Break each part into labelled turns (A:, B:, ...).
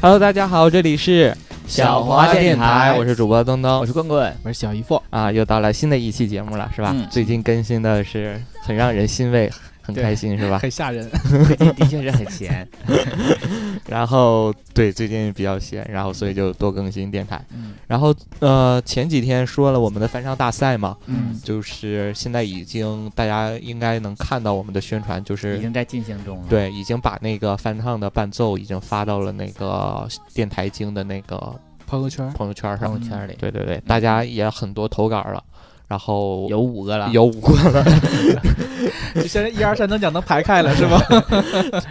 A: Hello，大家好，这里是
B: 小华电台
A: 我是主播东
B: 我
A: 东
B: 是棍棍，
C: 我是小姨父，
A: 啊，又到了新的一期节目了，是吧？
B: 嗯
A: 最近更新的是很让人欣慰，很
C: 对
A: 开心，是吧？
C: 很吓人。
B: 最近的确是很闲。
A: 然后对，最近比较闲，然后所以就多更新电台。
B: 嗯
A: 然后呃，前几天说了我们的翻唱大赛嘛，
B: 嗯，
A: 就是现在已经大家应该能看到我们的宣传，就
B: 已
A: 是
B: 经在进行中了。，
A: 嗯对，已经把那个翻唱的伴奏已经发到了那个电台经的那个
C: 朋友圈，
A: 朋友圈
B: 朋
A: 上。
B: 友圈里
A: 对对对，大家也很多投稿了，然后
B: 有五个了，
A: 有五个 了，
C: 就现在一二三等奖能排开了是吗？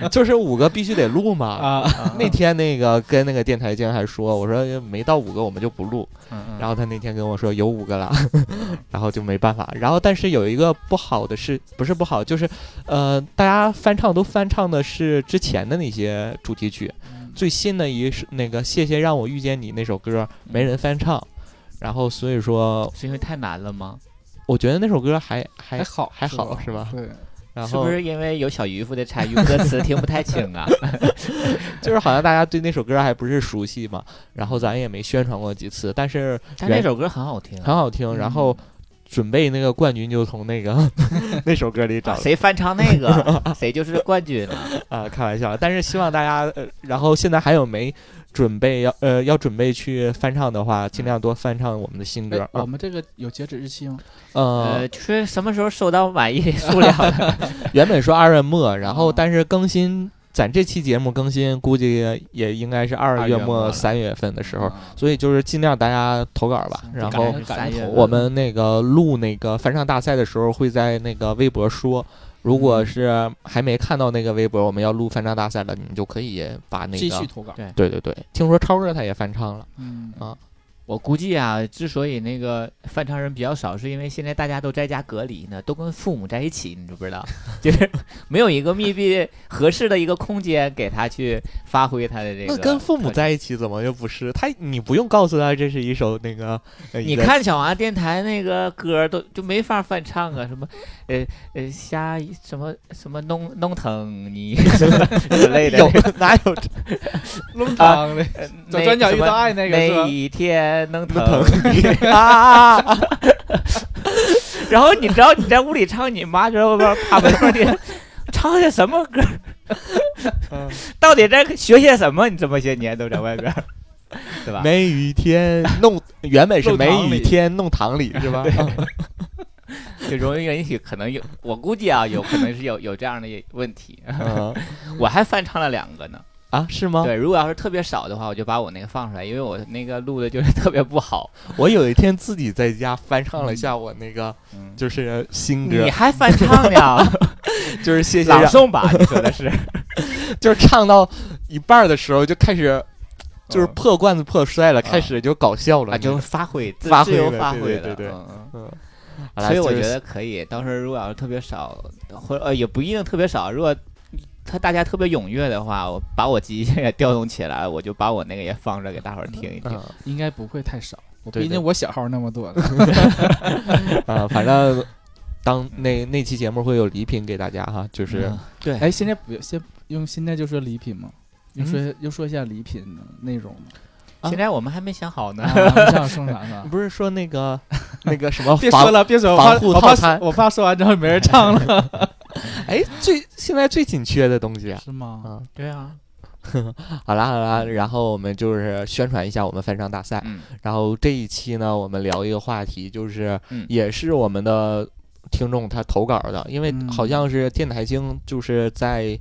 A: 就是五个必须得录嘛。
C: 啊，
B: 啊
A: 那天那个跟那个电台经还说，我说没到五个我们就不录，
B: 嗯嗯
A: 然后他那天跟我说有五个了， 然后就没办法。然后但是有一个不好的是，不是不好，就是呃，大家翻唱都翻唱的是之前的那些主题曲，
B: 嗯
A: 最新的一是那个谢谢让我遇见你那首歌
B: 嗯
A: 没人翻唱，然后所以说
B: 是因为太难了吗？
A: 我觉得那首歌还还
C: 还好
A: 还好是吧？
C: 对，
A: 然
B: 是
A: 后
B: 不是因为有小渔夫的参与，歌词听不太 清啊？
A: 就是好像大家对那首歌还不是熟悉嘛，然后咱也没宣传过几次，但是
B: 但那首歌很好听啊，
A: 很好听。然后准备那个冠军就从 那个那首歌里找
B: 啊
A: 了
B: 谁翻唱 那个，谁就是冠军了。
A: 啊，开玩笑。但是希望大家，呃，然后现在还有没准备要呃要准备去翻唱的话，尽量多翻唱我们的新歌
C: 哎我
A: 啊。
C: 们这个有截止日期吗？
A: 呃
B: 呃，，就是什么时候收到满意的数量 了？
A: 原本说二月末，然后
B: 嗯
A: 但是更新咱这期节目更新估计也应该是二
B: 二
A: 月
B: 月末
A: 末
B: 了嗯
A: 三月份的时候，所以就是尽量大家投稿吧，然后
C: 赶。紧
B: 三月
C: 赶紧投
A: 我们那个录那个翻唱大赛的时候，会在那个微博说，如果是还没看到那个微博，我们要录翻唱大赛了，你们就可以把那
C: 继续
A: 个。
C: 投稿。
B: 对
A: 对啊对对，听说超哥他也翻唱了，
C: 嗯
B: 我估计啊，之所以那个翻唱人比较少，是因为现在大家都在家隔离呢，都跟父母在一起，你知不知道？ 就是没有一个密闭合适的一个空间给他去发挥他的这个。
A: 那跟父母，在一起怎么又不是？他你不用告诉他这是一首那个，呃
B: 你，看小王电台那个歌都就没法翻唱啊，什么呃呃虾什么什么弄弄疼 你什么之类
A: 一个
B: 的，
A: 有哪有 这
C: 弄堂的
B: 呃
C: 左转角遇到爱
B: 那
C: 那个是吧
B: 那一天能
A: 能
B: 疼 你啊！然后你知道你在屋里唱你妈知道不？趴门缝里唱的什么歌？
C: 嗯
B: 到底在学些什么？你这么些年都在外 边儿，对吧？
A: 梅雨天弄， 原本是
C: 弄
A: 梅
C: 堂
A: 雨
C: 里
A: 天弄堂里是吧？
B: 就容易引起可能有，我估计啊，有可能是有有这样的问题。
A: 嗯
B: 我还翻唱了两个呢。
A: 啊，是
C: 哦
A: 吗？
B: 对，如果要是特别少的话，我就把我那个放出来，因为我那个录的就是特别不好。
A: 我有一天自己在家翻唱了一下我那个
B: 嗯，
A: 就是新歌
B: 你，还翻唱呢？
A: 就是谢谢
B: 朗
A: 让，
B: 诵吧，你说的是。
A: 就是唱到一半儿的时候就开始就是
B: 嗯
A: 破罐子破摔了，开始就搞笑了那
B: 啊，就
A: 种。
B: 发挥 自
A: 发
B: 自
A: 挥
B: 由
A: 了
B: 发
A: 对
B: 挥
A: 对对
B: 了，
A: 对
B: 嗯
A: 嗯，好
B: 嗯。
A: 啦
B: 所以我
A: 就
B: 觉
A: 是
B: 得可以，到时候如果要是特别少，或者呃也不一定特别少，如果他大家特别踊跃的话，我把我即兴也调动起来，我就把我那个也放着给大伙儿听一听。
A: 嗯
C: 应该不会太少，我
A: 对
C: 毕
A: 对
C: 竟我小号那么多 呢。
A: 啊，反正当那那期节目会有礼品给大家哈，就是
B: 嗯对，
C: 哎，现在不先用现在就说礼品吗？又
A: 嗯
C: 说又说一下礼品的内 容吗？
A: 啊
B: 现在我们还没想好呢
C: 啊，。 你想送啥 呢？
A: 不是说那个那个什么
C: 别
A: 防
C: 说了，别说了，我
A: 防
C: 怕
A: 护
C: 我
A: 套
C: 怕
A: 餐啊
C: 我怕说完之后 没人唱了，
A: 哎，最现在最紧缺的东西啊。
C: 是吗？
B: 对啊，
A: 好啦好啦，然后我们就是宣传一下我们翻唱大赛。
B: 嗯，
A: 然后这一期呢，我们聊一个话题，就是
B: 嗯
A: 也是我们的听众他投稿的，因为
C: 嗯
A: 好像是电台经就是在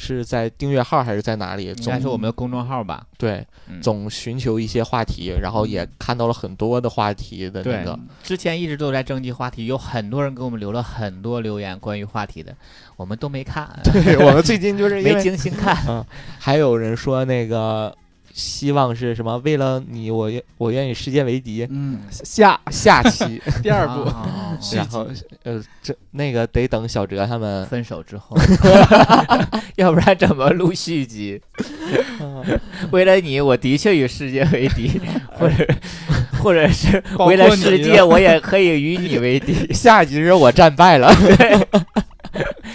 A: 是在订阅号还是在哪里
B: 应该
A: 总
B: 是我们的公众号吧。
A: 对
B: 嗯
A: 总寻求一些话题，然后也看到了很多的话题的那
B: 对
A: 个，
B: 之前一直都在征集话题，有很多人给我们留了很多留言关于话题的，我们都没看，
A: 对我们最近就是因为
B: 没精心看。
A: 还有人说那个希望是什么？为了你，我愿我愿与世界为敌。
C: 嗯，
A: 下下 期，
C: 第二步
B: 啊
C: 续集
A: 然后 呃，这那个得等小哲他 们。
B: 分手之后，要不然怎么录续集？为了你，我的确与世界为 敌，或者或者是
C: 包括
B: 为了世
C: 你
B: 界，我也可以与你为敌。
A: 下一集是我战败了，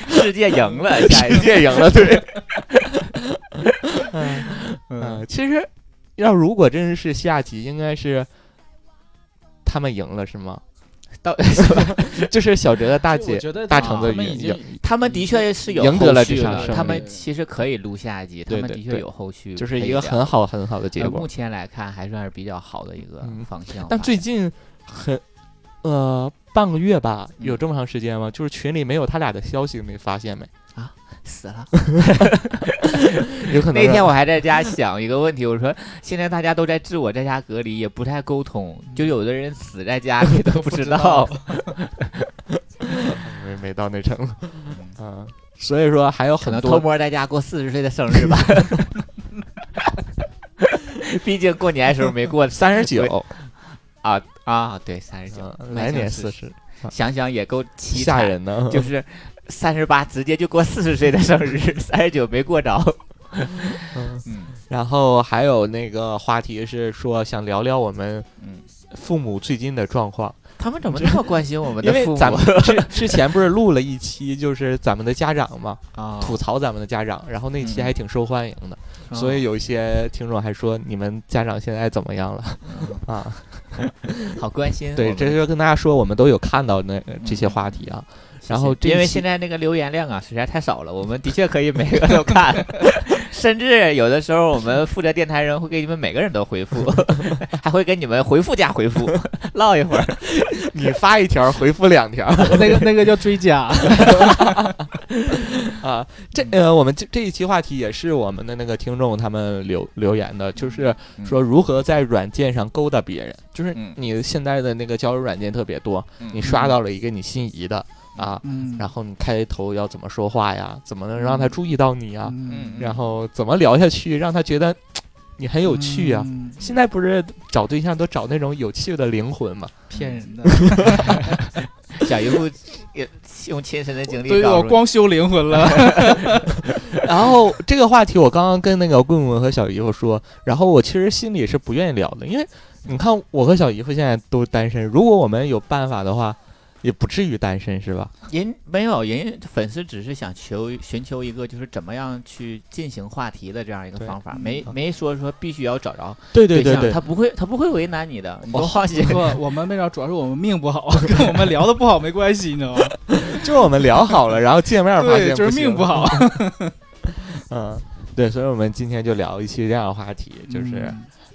B: 世界赢了，下一
A: 世
B: 次
A: 界赢了，对。嗯，嗯，其实要如果真是下集，应该是他们赢了是吗？到 就是小哲的大姐
C: 我觉得
A: 大
C: 他
A: 橙子
C: 们已
A: 赢
C: 经
A: 赢
B: 他们的确是有
A: 赢得
B: 后
A: 了
B: 续
A: 这场
B: 了
A: 胜
B: 他
A: 利
B: 们其实可以录下集，他
A: 对
B: 们
A: 对
B: 的确
A: 对
B: 有后续，
A: 就是一个很好很好的结果
B: 啊呃目。前来看还算是比较好的一个
A: 嗯
B: 方向吧。
A: 但最近很呃半个月吧，
B: 嗯
A: 有这么长时间吗？就是群里没有他俩的消息，没发 现没？
B: 死了。
A: 有可能
B: 那
A: 是
B: 天我还在家想一个问题，我说现在大家都在自我在家隔离，也不太沟通，就有的人死在家 里嗯都不知道。
A: 没没到那程度， 嗯，所以说还有
B: 可
A: 很
B: 能偷
A: 多
B: 摸在家过四十岁的生日吧。 毕竟过年的时候没过
A: 三十九，
B: 啊啊，对，三十九，
A: 嗯来年四
B: 十，
A: 十，
B: 想想也够凄
A: 吓
B: 惨，
A: 人呢。
B: 就是三十八直接就过四十岁的生日，三十九没过着。
A: 嗯
B: 嗯
A: 然后还有那个话题是说想聊聊我们
B: 嗯，
A: 父母最近的状况，
B: 他们怎么这么关心我们
A: 因
B: 的
A: 为
B: 父母？
A: 咱们 之之前不是录了一期就是咱们的家长嘛，
B: 啊，
A: 吐槽咱们的家长，然后那期
B: 嗯
A: 还挺受欢迎的，
B: 啊
A: 所以有一些听众还说你们家长现在怎么样了
B: 嗯
A: 啊？
B: 好关心。
A: 对，这就跟大家说，我们都有看到那呃这些话题 啊。然后这一
B: 因为
A: 期
B: 现在那个留言量啊实在太少了，我们的确可以每个都 看，甚至有的时候我们负责电台人会给你们每个人都回 复，还会给你们回复加回复， 唠一会儿。
A: 你发一条回复两条
C: 那个那个叫追加，
A: 啊，这呃，我们这这一期话题也是我们的那个听众他们留留言的，就是说如何在软件上勾搭别人，就是
B: 嗯
A: 你现在的那个交友软件特别多，你刷到了一个你心仪的啊，
C: 嗯
A: 然后你开头要怎么说话呀？怎么能让他注意到你啊？
B: 嗯
A: 然后怎么聊下去，让他觉得你很有趣啊？
C: 嗯
A: 现在不是找对象都找那种有趣的灵魂嘛？
C: 骗人
A: 嗯
C: 的，
B: 小姨夫也用亲身的 经历
C: 对
B: 告
C: 我
B: 诉你，
C: 光修灵魂了，
A: 然后这个话题我刚刚跟那个棍棍和小姨夫说，然后我其实心里是不愿意聊的，因为你看我和小姨夫现在都单身，如果我们有办法的话，也不至于单身是吧？
B: 人没有人粉丝只是想求寻求一个就是怎么样去进行话题的这样一个
A: 对
B: 方法，
C: 嗯
B: 没
A: 啊
B: 没说说必须要找着
A: 对对对
B: 象
A: 对，哦
B: 他不会他不会为难你的，你都
A: 我
B: 放心。
C: 不，我们没找，主要是我们命不好， 跟我们聊的不好没关系，你知道吗？
A: 就是我们聊好了，然后见面发现
C: 对，就是命
A: 不
C: 不
A: 行，
C: 好，
A: 嗯。对，所以我们今天就聊一期这样的话题，就是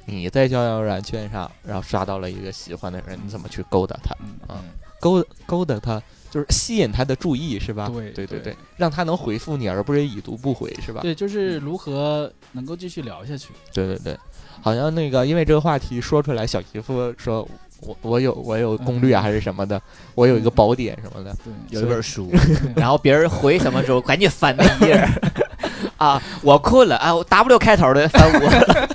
C: 嗯
A: 你在交友软件上，然后刷到了一个喜欢的人，你怎么去勾搭他？
B: 嗯，
A: 勾勾搭他，就是吸引他的注意，是吧？
C: 对
A: 对对
C: 对
A: 对，让他能回复你，而不是已读不回，是吧？
C: 对，就是如何能够继续聊下去。
A: 对对对，好像那个因为这个话题说出来，小姨夫说我我有我有攻略啊
C: 嗯
A: 还是什么的，我有一个宝典什么的，
C: 对，
B: 有一本书，
C: 对
B: 然后别人回什么之后，赶紧翻那一页 儿啊！我困了啊我！W 开头的翻我，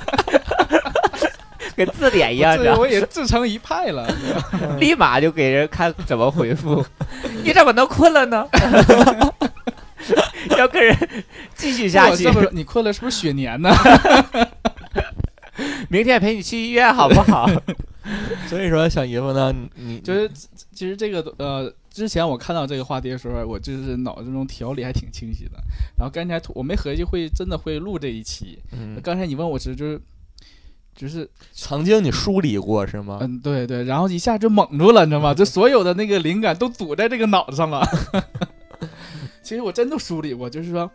B: 跟字典一样，你知
C: 这
B: 道吗
C: 我也自成一派了。
B: 立马就给人看怎么回复。 你怎么能困了呢？ 要跟人继续下
C: 我
B: 去
C: 这，么你困了是不是雪年呢？
B: 明天陪你去医院好不好？
A: 嗯所以说小姨夫呢，你你
C: 就是其实这个呃，之前我看到这个话题的时候，我就是脑子中条理还挺清晰的。然后刚才我没合计会真的会录这一期。
A: 嗯，
C: 刚才你问我时就是就是
A: 曾经你梳理过是
B: 啊
A: 吗？
C: 嗯对对，然后一下就蒙住了，你知道 吗？就所有的那个灵感都堵在这个脑子上了。 其实我真的梳理过，就是说。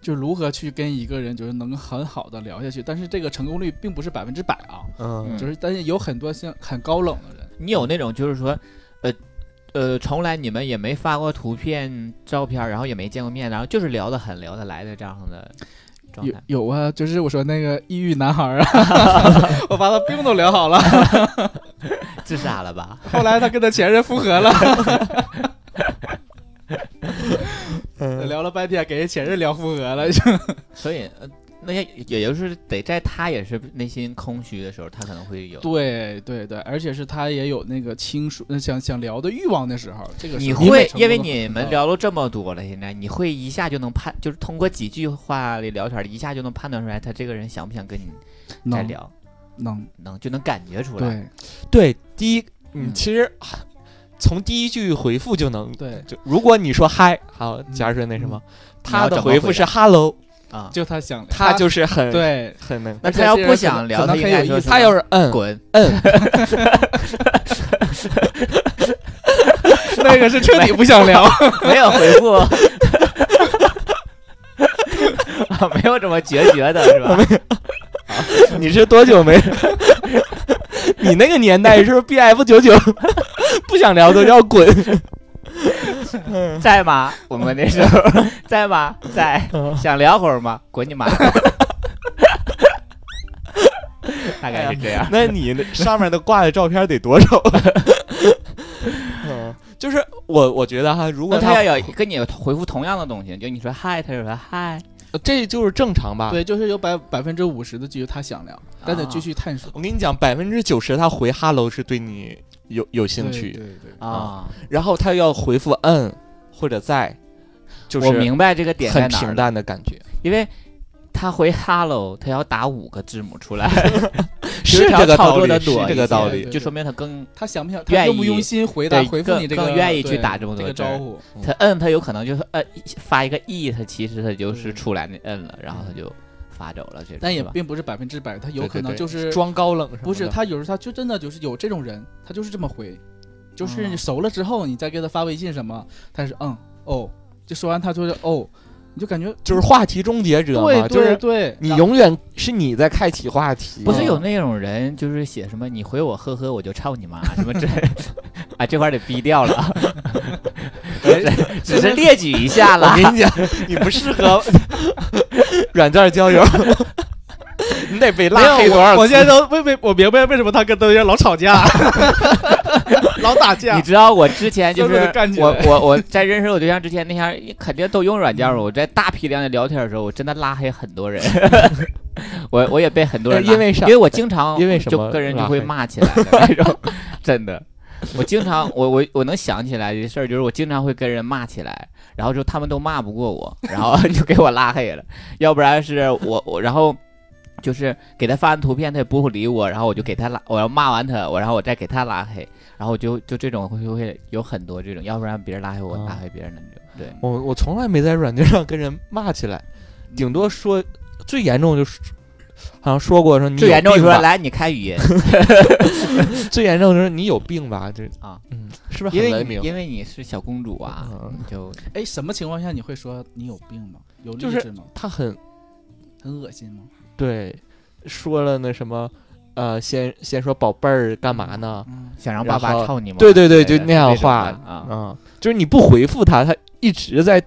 C: 就是如何去跟一个人，就是能很好的聊下去，但是这个成功率并不是百分之百啊，
A: 嗯
B: 嗯
C: 就是但是有很多像很高冷的人，
B: 你有那种就是说，呃呃，从来你们也没发过图片、照片，然后也没见过面，然后就是聊得很聊得来的这样的状
C: 有
B: 态。
C: 有啊，就是我说那个抑郁男孩儿啊， 我把他病都聊好了，
B: 自杀了吧？
C: 后来他跟他前任复合了，
A: 嗯
C: 聊了半天，给人前任聊复合了，
B: 所以，呃那些也就是得在他也是内心空虚的时候，他可能会有。
C: 对对对，而且是他也有那个倾诉呃想想聊的欲望的时候，这个是
B: 你
C: 很
B: 会
C: 成功的嗯
B: 因为你们
C: 很
B: 聊了这么多了，现在你会一下就能判，就是通过几句话的聊天，一下就能判断出来他这个人想不想跟你再
C: 能
B: 聊，
C: 能
B: 能就能感觉出来。
C: 对
A: 对，第一，你
C: 嗯
A: 其实从第一句回复就能，
C: 对
A: 就如果你说嗨，好，假如说那什么，
C: 嗯
A: 他
B: 你要
A: 的
B: 怎么
A: 回复
B: 回
A: 是 hello，
D: 啊，
C: 就他想
A: 他就是很
C: 对，
A: 很能，
D: 那
C: 而且
D: 他要
C: 这人
D: 不
C: 可
D: 想
C: 能
D: 聊，
C: 可
D: 他
C: 能
D: 应
C: 很
D: 该
C: 有
D: 说
C: 意
D: 什
C: 思
A: 他要是嗯
D: 么滚，
C: 那个是彻底不 想聊。
B: 没有回复。 啊，没有这么决绝的是吧？
A: 你是多久没？你那个年代是不是 B F 九九？不想聊都叫滚。
B: 在吗？我们那时候 嗯在吗？在，想聊会儿吗？滚 你妈的！大概是这样。
A: 那你那上面的挂的照片得多啊少？ 嗯，就是我我觉得哈，如果
B: 那
A: 他
B: 他要有跟你回复同样的东西，就你说嗨，他就说嗨，
A: 这就是正常吧？
C: 对，就是有百百分之五十的几率他想聊，
B: 啊
C: 但得继续探索。
A: 我跟你讲，百分之九十他回 hello 是对你有有兴
C: 对
A: 趣，
C: 对对
B: 啊，
A: 然后他要回复嗯或者在，就是
B: 我明白这个点在
A: 很
B: 哪儿
A: 平
B: 了，
A: 淡的感觉，
B: 因为他回 hello，他要打五个字母 出来，
A: 是
B: 条
A: 这个
B: 操
A: 道
B: 作
A: 理
B: 得，
A: 是
B: 多
A: 这
B: 一
A: 个
B: 些
A: 道
C: 对
A: 理
C: 对。
B: 就说明他更
C: 他想不想，他
B: 愿
C: 用不
B: 意
C: 用心回答
B: 对
C: 回复
B: 更
C: 你这
B: 更
C: 个，
B: 愿意去
C: 对
B: 打这么多
C: 个
B: 字
C: 招
B: 儿
C: 呼。
B: 他摁，他有可能就是摁发一个 e，他其实他就是
C: 嗯
B: 出来那摁了，然后他就发走了这种。
C: 但也
B: 是吧
C: 并不是百分之百，他有
A: 对
C: 可
A: 对
C: 能
A: 对
C: 就是
A: 装高冷什么的，
C: 不是他有时候他就真的就是有这种人，他就是这么回，就是
A: 嗯
C: 你熟了之后，你再给他发微信什么，他是嗯哦，就说完他就是哦，你就感觉
A: 就是话题终结者嘛，
C: 对
A: 就
C: 对
A: 是
C: 对，
A: 你永远是你在开启话题，
B: 不是
C: 嗯
B: 有那种人，就是写什么你回我呵呵，我就操 你妈什么这， 啊这块儿得逼掉了， 只是列举一下
A: 我
B: 啦。
A: 跟你讲，你不适 合软件交 友，你得被拉黑多少次？
C: 我现在都为为我明白为什么他跟豆爷老吵 架，老打
B: 你
C: 架，
B: 知道我之前就
C: 真的
B: 是
C: 得干起来
B: 我我我在认识我对象之前那天儿肯定都用软件儿，我在大批量的聊天的时候，我真的拉黑很 多人，我我也被很多人
A: 哎
B: 拉
A: 因为啥
B: 因为我经常
A: 因为什么
B: 就跟人就会
A: 拉黑
B: 骂起来的那种， 真的。我经常，我我我能想起来的事儿就是，我经常会跟人骂起来，然后就他们都骂不过我，然后 就给我拉黑了，要不然是我我然后就是给他发完图片，他也不会理我，然后我就给他拉，我要骂完他，我然后我再给他拉黑，然后我就就这种会就会有很多这种，要不然别人拉黑我，
A: 啊
B: 拉黑别人的那种，对，
A: 我我从来没在软件上跟人骂起来，顶多说最严重就是。好像说过说你有
B: 最严重
A: 病
B: 说
A: 吧
B: 来你开语 音，
A: 最严重就是你有病吧？这
B: 啊，
A: 嗯，是不是
B: 因
A: 很
B: 为
A: 文
B: 你
A: 明？
B: 因为你是小公主啊
A: 嗯，
B: 你 就
C: 哎，什么情况下你会说你有病吗？有
A: 就
C: 励
A: 是
C: 志吗？
A: 他很
C: 很恶心吗？
A: 对，说了那什么，呃，先先说宝贝儿干嘛呢？
C: 嗯，
B: 想让
A: 然
B: 爸爸
A: 后
B: 操你吗？
A: 对对对，
B: 对
A: 就
B: 的
A: 那
B: 是
A: 样
B: 这种
A: 话
B: 的啊
A: 嗯就是你不回复他，他一直在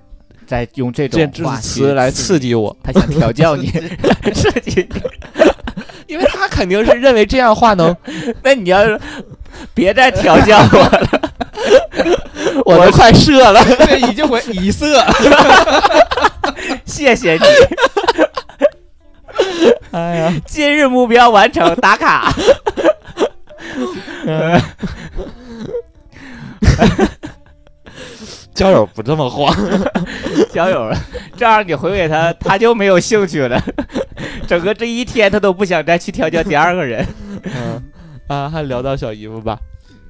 B: 再用这
A: 这
B: 种
A: 这
B: 话去
A: 词来刺激我，
B: 他想调教你， 刺激你。
A: 因为他肯定是认为这样话能，
B: 那你 要是别再调教我了，
A: 我都快射了。
C: 对，已经回以色，
B: 谢谢你，
A: 哎呀，
B: 今日目标完成，打卡。
A: 交友不这么慌，
B: 交友了，这样你回给他，他就没有兴趣了。 整个这一天，他都不想再去调教第二个 人。
A: 嗯啊，还聊到小姨夫吧，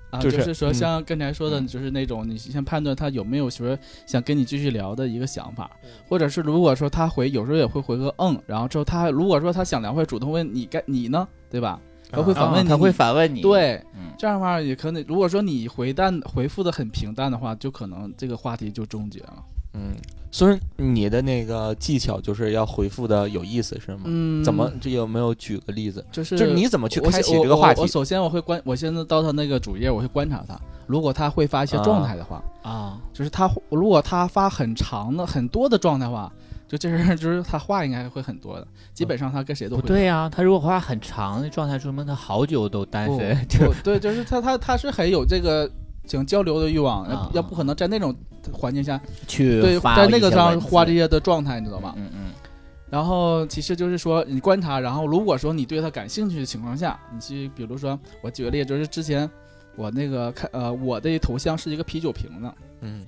C: 啊，
A: 就
C: 就是是说
A: 嗯
C: 像刚才说的，就是那种你先判断他有没有说想跟你继续聊的一个想法，或者是如果说他回有时候也会回个嗯，然后之后他还如果说他想聊会主动问你该你呢，对吧？他会反问你，
B: 他会反问你。，
C: 对
B: 嗯，
C: 这样的话也可能，如果说你回淡回复的很平淡的话，就可能这个话题就终结了。
A: 嗯，所以你的那个技巧就是要回复的有意思是吗？
C: 嗯，
A: 怎么这有没有举个例子？
C: 就是
A: 就是你怎么去
C: 我
A: 开启
C: 我
A: 这个话题
C: 我我？首先我会观，我现在到他那个主页，我会观察他，如果他会发一些状态的话。
B: 啊，
C: 就是他如果他发很长的很多的状态话，就这人 就是他话应该会很多的，基本上他跟谁都
B: 不
C: 会。
B: 对呀、他如果话很长的状态，说明他好久都单
C: 不，
B: 身。
C: 不对， 就是他他他是很有这个想交流的欲望，
B: 啊
C: 要不可能在那种环境下，
B: 去
C: 对，
B: 发
C: 在那
B: 一
C: 个
B: 些
C: 上
B: 文字
C: 花这些的状态，你知道吗？
B: 嗯嗯
C: 然后其实就是说你观察，然后如果说你对他感兴趣的情况下，你去比如说我举个例，就是之前我那个看呃我的头像是一个啤酒瓶子，
A: 嗯，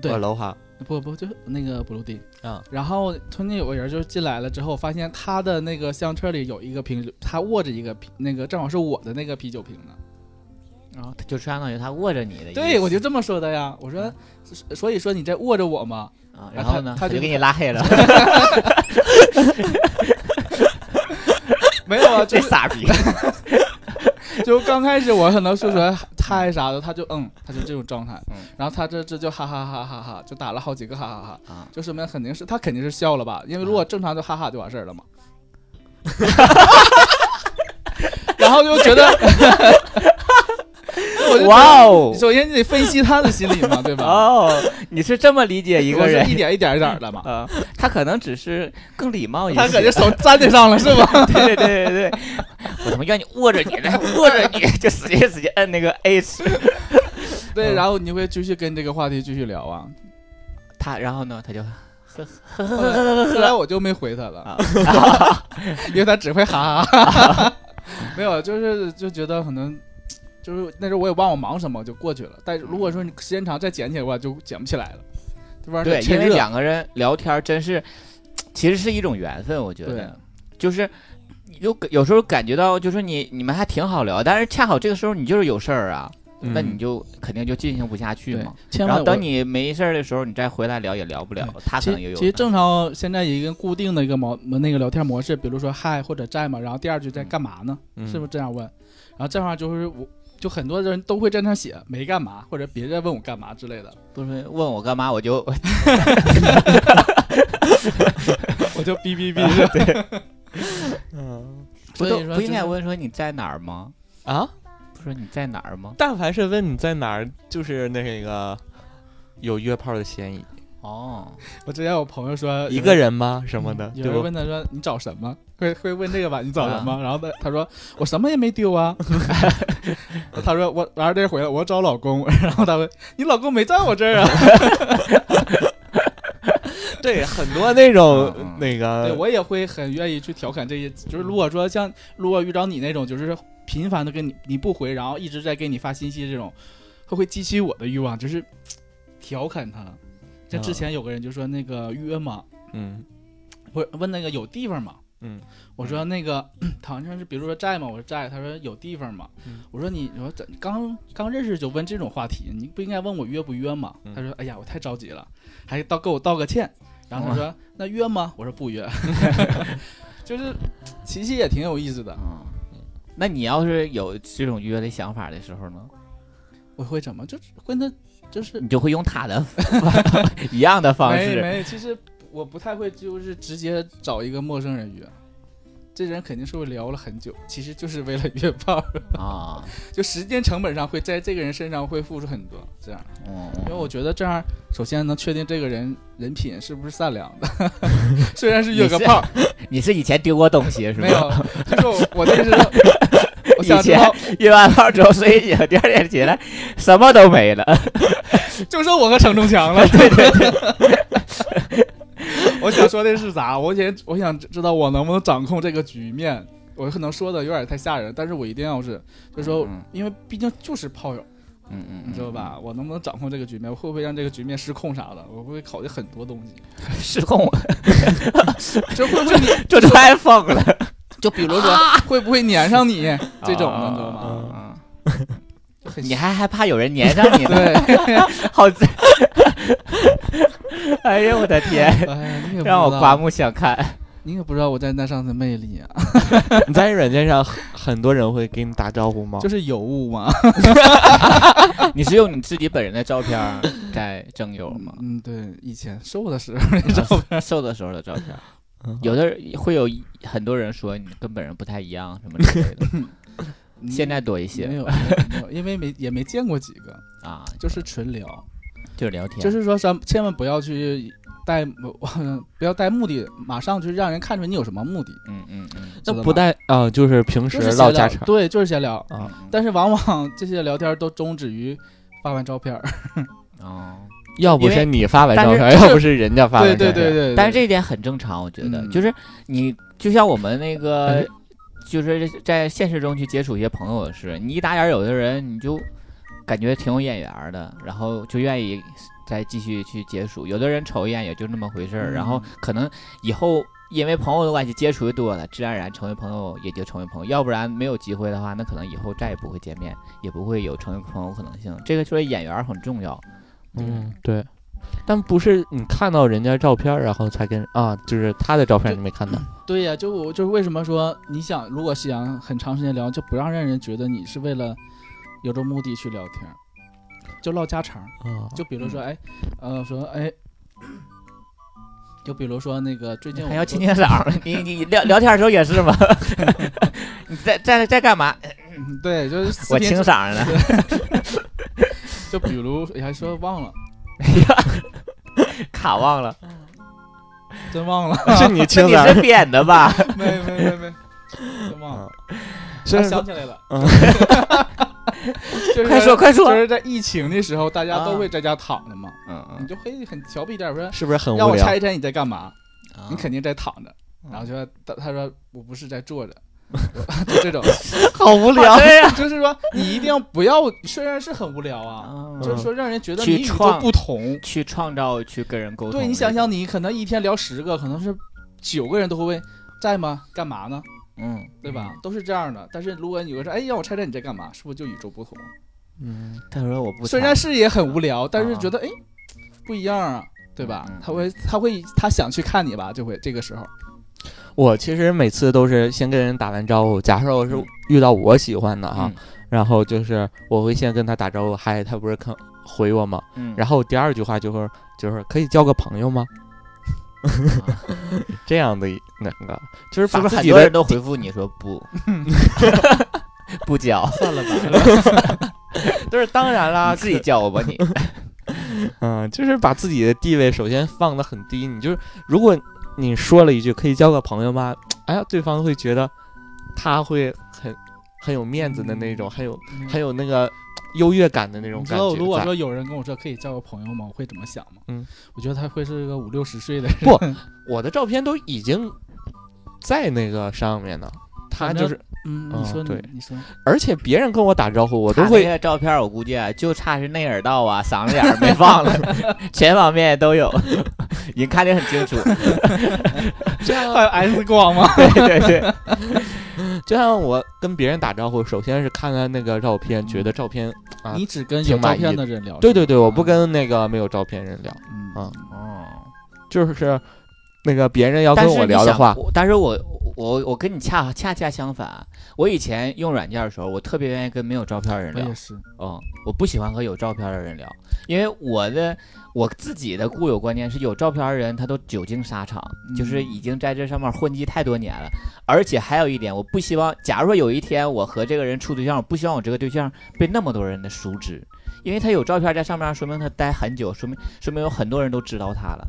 C: 对，
A: 楼哈，
C: 不不，就是那个 blue D
A: 啊。
C: 然后中间有个人就是进来了之后，发现他的那个相册里有一个瓶，他握着一个啤，那个正好是我的那个啤酒瓶呢。
B: 嗯，然后他就相当于他握着你的意思。
C: 对，我就这么说的呀。我说，所所以说你在握着我吗？
B: 啊，
C: 然
B: 然
C: 后
B: 后呢，
C: 他他
B: 我
C: 就
B: 就给你拉黑 了，
C: 没有啊，就
B: 这
C: 是
B: 傻逼，
C: 就刚开始我可能说出来嗨啥的，他就嗯，他就这种状态
B: 嗯，
C: 然后他这这就哈哈哈哈哈，就打了好几个哈哈哈。
B: 啊
C: 就说明肯定是他肯定是笑了吧，因为如果正常就哈哈就完事儿 了嘛。然后就觉得， 我就觉得
B: 哇 哦
C: 首先你得分析他的心理嘛，对吧？
B: 哦，你是这么理解一
C: 一
B: 个人
C: 一点一点一 点的嘛，
B: 啊？他可能只是更礼貌一些，
C: 他 感觉手沾你上了是吧？
B: 对对对对对， 我他妈让你握着你呢，握着你就使劲使劲摁那个 H。嗯
C: 对，然后你会继续跟这个话题继续聊啊。
B: 他然后呢，他就
C: 后来后来我就没回他了，
B: 啊，
C: 因为他只会哈哈哈 哈。没有，就是就觉得可能。就是那时候我也忘我忙什么，我就过去了。但是如果说你时间长再捡起来的话，就捡不起来了，这玩意儿
B: 对，
C: 趁
B: 因为
C: 热
B: 两个人聊天真是，其实是一种缘分，我觉
C: 对
B: 得，就是你就有时候感觉到，就是你你们还挺好聊，但是恰好这个时候你就是有事儿啊，
A: 嗯
B: 那你就肯定就进行不下去
C: 对
B: 嘛。，
C: 千
B: 然
C: 万
B: 后等
C: 我。
B: 你没事儿的时候，你再回来聊也聊不了，他可
C: 其
B: 能也
C: 实
B: 有。
C: 其实正常，现在有一个固定的一个模那个聊天模式，比如说嗨或者在吗？然后第二
B: 嗯
C: 句在干嘛呢？
A: 嗯
C: 是不是这样问？然后这样就是我就很多人都会在那写没干嘛，或者别人问我干嘛之类的，
B: 不是问我干嘛，我就
C: 我就哔哔哔。
B: 对，
A: 嗯
B: 不
C: 所
B: 都
C: 以说
B: 不应该
C: 就是
B: 问说你在哪儿吗？
A: 啊，
B: 不说你在哪儿吗？
A: 但凡是问你在哪儿，就是那个有约炮的嫌疑，
B: 哦，
C: 我之前呃有朋友说
A: 一个人吗？什么的，
C: 有
A: 对啊
C: 人
A: 不？
C: 问他说你找什么？会会问这个吧？你找什么？ 然后他他说我什么也没丢啊。 他说我然后这回来我找老公，然后他问你老公没在我这儿啊？
A: 对，很多那种
B: 嗯嗯
A: 那
C: 对，
A: 个，
C: 我也会很愿意去调侃这些，就是如果说像如果遇着你那种，就是频繁的跟你你不回，然后一直在给你发信息这种，会会激起我的欲望，就是嘖调侃他。像
A: 啊
C: 之前有个人就说那个约嘛，
A: 嗯
C: 不是问那个有地方吗？
A: 嗯，
C: 我说那个好像是比如说在吗？我说在，他说有地方吗？
A: 嗯
C: 我说你我说咱刚刚认识就问这种话题，你不应该问我约不约吗？
A: 嗯
C: 他说哎呀我太着急了，还道给我道个歉。然后他说、那约吗？我说 不约，就是琪琪也挺有意思的。
B: 嗯，那你要是有这种约的想法的时候呢，
C: 我会怎么就是跟他就是
A: 嗯
B: 你就会用他 的一样的方
C: 没
B: 式。
C: 没，其实我不太会就是直接找一个陌生人约。这人肯定是会聊了很久，其实就是为了约炮，
B: 啊，
C: 就时间成本上会在这个人身上会付出很多，这样。
B: 嗯，
C: 因为我觉得这样，首先能确定这个人人品是不是善良的， 虽然是约个炮，
B: 你是以前丢过东西是
C: 没
B: 吧？
C: 有，就是我那时 候，我想知道，
B: 约完炮之后睡一觉，第二天起来什么都没了。
C: 就剩我和程中强了。对对对， 我想说的是啥？我想我想知道我能不能掌控这个局面。我可能说的有点太吓人，但是我一定要是，就说
B: 嗯，
C: 因为毕竟就是炮友，
B: 嗯嗯，
C: 你知道吧？我能不能掌控这个局面？我会不会让这个局面失控啥的？我会考虑很多东 西。
B: 嗯？失控，
C: 这会不会你
B: 这太疯了。啊
C: 就比如说，会不会粘上你这种的，你知道啊吗？
B: 吗？
C: 就很
B: 你还害怕有人粘上你呢？
C: 对，
B: 好， 哎呦我的 天，
C: 哎你也不知道
B: 让我刮，目相看。
C: 你也不知道我在那上的魅力啊，
A: 你在软件上很很多人会给你打招呼
B: 哦
A: 吗？
C: 就是有物嘛。
B: 你是用你自己本人的照片 儿在征友吗？
C: 嗯，对，以前瘦的时候，
B: 瘦的时候的照 片儿，
A: 嗯
B: 有的人会有一很多人说你跟本人不太一样什么之 类的， 现在多一
C: 没
B: 些
C: 有没有没有，因为没也没见过几个，
B: 啊，
C: 就是纯聊，
B: 就是聊天，
C: 就是说咱们千万不要去带， 不要带目的，马上就让人看出你有什么目的，
B: 嗯嗯嗯
A: 那
C: 知道
A: 不
C: 吧
A: 带啊、就是平时
C: 就是
A: 唠
C: 闲
A: 家
C: 聊，
A: 常
C: 对，就是闲聊，
A: 啊
B: 嗯
C: 但是往往这些聊天都终止于发完照片儿，
B: 哦，
A: 要不
B: 因为
A: 是你发完
B: 但
A: 照
B: 是
A: 片，
B: 就是
A: 要不是人家发完
C: 对
A: 照
C: 对
A: 片，
C: 对对，
B: 但是
C: 对
B: 这一点很正常，我觉得，
C: 嗯哎
B: 就是你就像我们那
C: 感
B: 个，就是在现实中去接触一些朋友也是，你一打眼儿有的人你就感觉挺有眼缘儿的，然后就愿意再继续去接触，有的人瞅一眼也就那么回事儿，然后
C: 嗯
B: 可能以后。因为朋友的关系接触的多了，自然而然成为朋友也就成为朋友。要不然没有机会的话，那可能以后再也不会见面，也不会有成为朋友可能性。这个就是眼缘儿很重要。
A: 嗯，对，但不是你看到人家照片儿，然后才跟啊，就是他的照片儿你没看到，
C: 对呀、就我就是为什么说你想，如果想很长时间聊，就不让让人觉得你是为了有这目的去聊天儿，就唠家常儿。
A: 啊，
C: 就比如说，哎，呃，说哎，就比如说那个最近
B: 还
C: 我
B: 要
C: 们
B: 清
C: 做
B: 清嗓儿，你你聊聊天的时候也是 吗？你在在在干嘛？
C: 嗯对，就是四
B: 我
C: 天
B: 清
C: 就
B: 嗓儿呢。
C: 就比如哎还说忘了，
B: 哎呀， 卡忘了，
C: 真忘了，
A: 啊是你
B: 这
A: 亲
B: 你
A: 的，
B: 是编的 吧？
C: 没没没 没，真忘
B: 嗯
C: 了。
A: 虽
C: 啊
A: 然
C: 想
A: 说
C: 起来了，
A: 嗯
C: 就是
B: 快说 快说
C: 就是在疫情的时候，大家都会在家躺着嘛，
B: 啊嗯
C: 你就可以很调皮一点 说，
A: 是不是很
C: 让
A: 无
C: 我
A: 聊
C: 猜？一猜你在干嘛？
B: 嗯
C: 你肯定在躺着。
B: 嗯
C: 然后就说他他说我不是在坐着， 我 就这种，
A: 好无
B: 聊
A: 聊，
B: 啊 呀。
C: 就是说你一定不要，虽然是很无聊啊，
B: 嗯
C: 就是说让人觉得
B: 去
C: 你与众
B: 创
C: 不同。
B: 去创造，去跟人沟通。
C: 对你想想，，你可能一天聊十个，可能是九个人都会问在吗？干嘛呢？
B: 嗯，
C: 对吧？？都是这样的。但是如果有个说，哎，让我猜猜你在干嘛，是不是就与众不同？
A: 嗯，
B: 他说我不
C: 虽
B: 猜
C: 然是也很无聊，但是
B: 啊
C: 觉得哎不一样啊，对吧
B: 嗯嗯？
C: 他会他会他想去看你吧，就会这个时候，
A: 我其实每次都是先跟人打完招呼，假设我是
B: 嗯
A: 遇到我喜欢的哈，
B: 嗯
A: 然后就是我会先跟他打招呼，嗨，他不是肯回我吗？
B: 嗯，
A: 然后第二句话就会就是可以交个朋友吗？ 这样的一那个就是
B: 是
A: 把
B: 不是
A: 自
B: 很
A: 己
B: 多
A: 的
B: 人都回复你说 不，不交， 算了吧，
A: 都是当然啦，
B: 你啊自己交吧你。
A: 嗯，就是把自己的地位首先放得很低。你就是如果你说了一句可以交个朋友吗？哎呀，对方会觉得他会很很有面子的那
B: 嗯
A: 种，很有很有那个优越感的那种
C: 嗯你知
A: 感
C: 道，
A: 觉
C: 如果
A: 在。
C: 说有人跟我说可以交个朋友吗？我会怎么想吗？
A: 嗯，
C: 我觉得他会是个五六十岁的人，
A: 不我的照片都已经在那个上面呢，他
C: 反
A: 就
C: 正
A: 是，
C: 嗯，
A: 嗯
C: 你说你
A: 对
C: 你说，
A: 而且别人跟我打招呼，我都
B: 他那
A: 会
B: 个照片，我估计啊，就差是内耳道啊、嗓子眼儿没放了， 全方面都有， 你看得很清楚。
A: 这样
C: 还有 X 光吗？
B: 对对对，
A: 就像我跟别人打招呼，首先是看看那个照片，
C: 嗯
A: 觉得照片，啊
C: 你只跟有
A: 挺
C: 照
A: 满意
C: 片的人聊，
A: 对对对，我不跟那个没有照片人聊，
C: 嗯
A: 啊
B: 哦。
A: 就是那个别人要
B: 但
A: 跟
B: 是
A: 我
B: 你
A: 聊的
B: 想
A: 话，，
B: 我但是我我我跟你恰恰恰相反，啊我以前用软件的时候，我特别愿意跟没有照片的人
C: 我
B: 聊
C: 也， 是，
B: 嗯，我不喜欢和有照片的人聊，因为我的我自己的固有观念是有照片的人他都久经沙场，就是已经在这上面混迹太多年了。而且还有一点，我不希望，假如说有一天我和这个人处对象，我不希望我这个对象被那么多人的熟知，因为他有照片在上面，说明他待很久，说明说明有很多人都知道他了，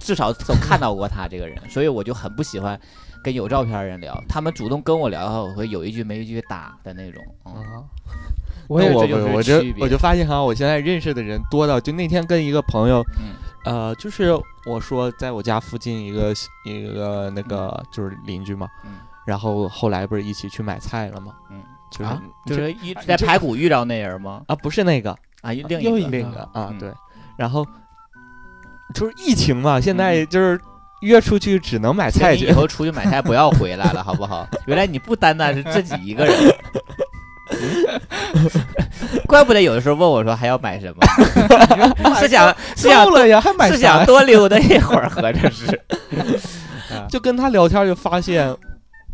B: 至少都看到过他这个人，所以我就很不喜欢。跟有照片的人聊，他们主动跟我聊的话，我会有一句没一句搭的那种。嗯，
A: 啊
C: 我
A: 那
C: 也
A: 我
B: 这就是
A: 我就
B: 区别
A: 我就发现哈，我现在认识的人多到，就那天跟一个朋友，
B: 嗯
A: 呃，就是我说在我家附近一个一个那个就是邻居嘛，
B: 嗯
A: 然后后来不是一起去买菜了吗？
B: 嗯，
A: 就是、
C: 啊
B: 就是一在排骨遇到那人吗？
A: 啊，不是那个
B: 啊，另
C: 又
B: 一
C: 一
B: 个
C: 个
A: 另一个啊，
B: 嗯
A: 对，然后就是疫情嘛，现在
B: 嗯
A: 就是约出去只能买
B: 所
A: 菜
B: 以你
A: 去
B: 以，后出去买菜不要回来了，好不好？原来你不单单是自己一个人，怪不得有的时候问我说还要买什么，是想是想
C: 够了呀，还买
B: 是
C: 啥
B: 想
C: 呀？
B: 多溜达一会儿，合着是
A: 就跟他聊天就发现。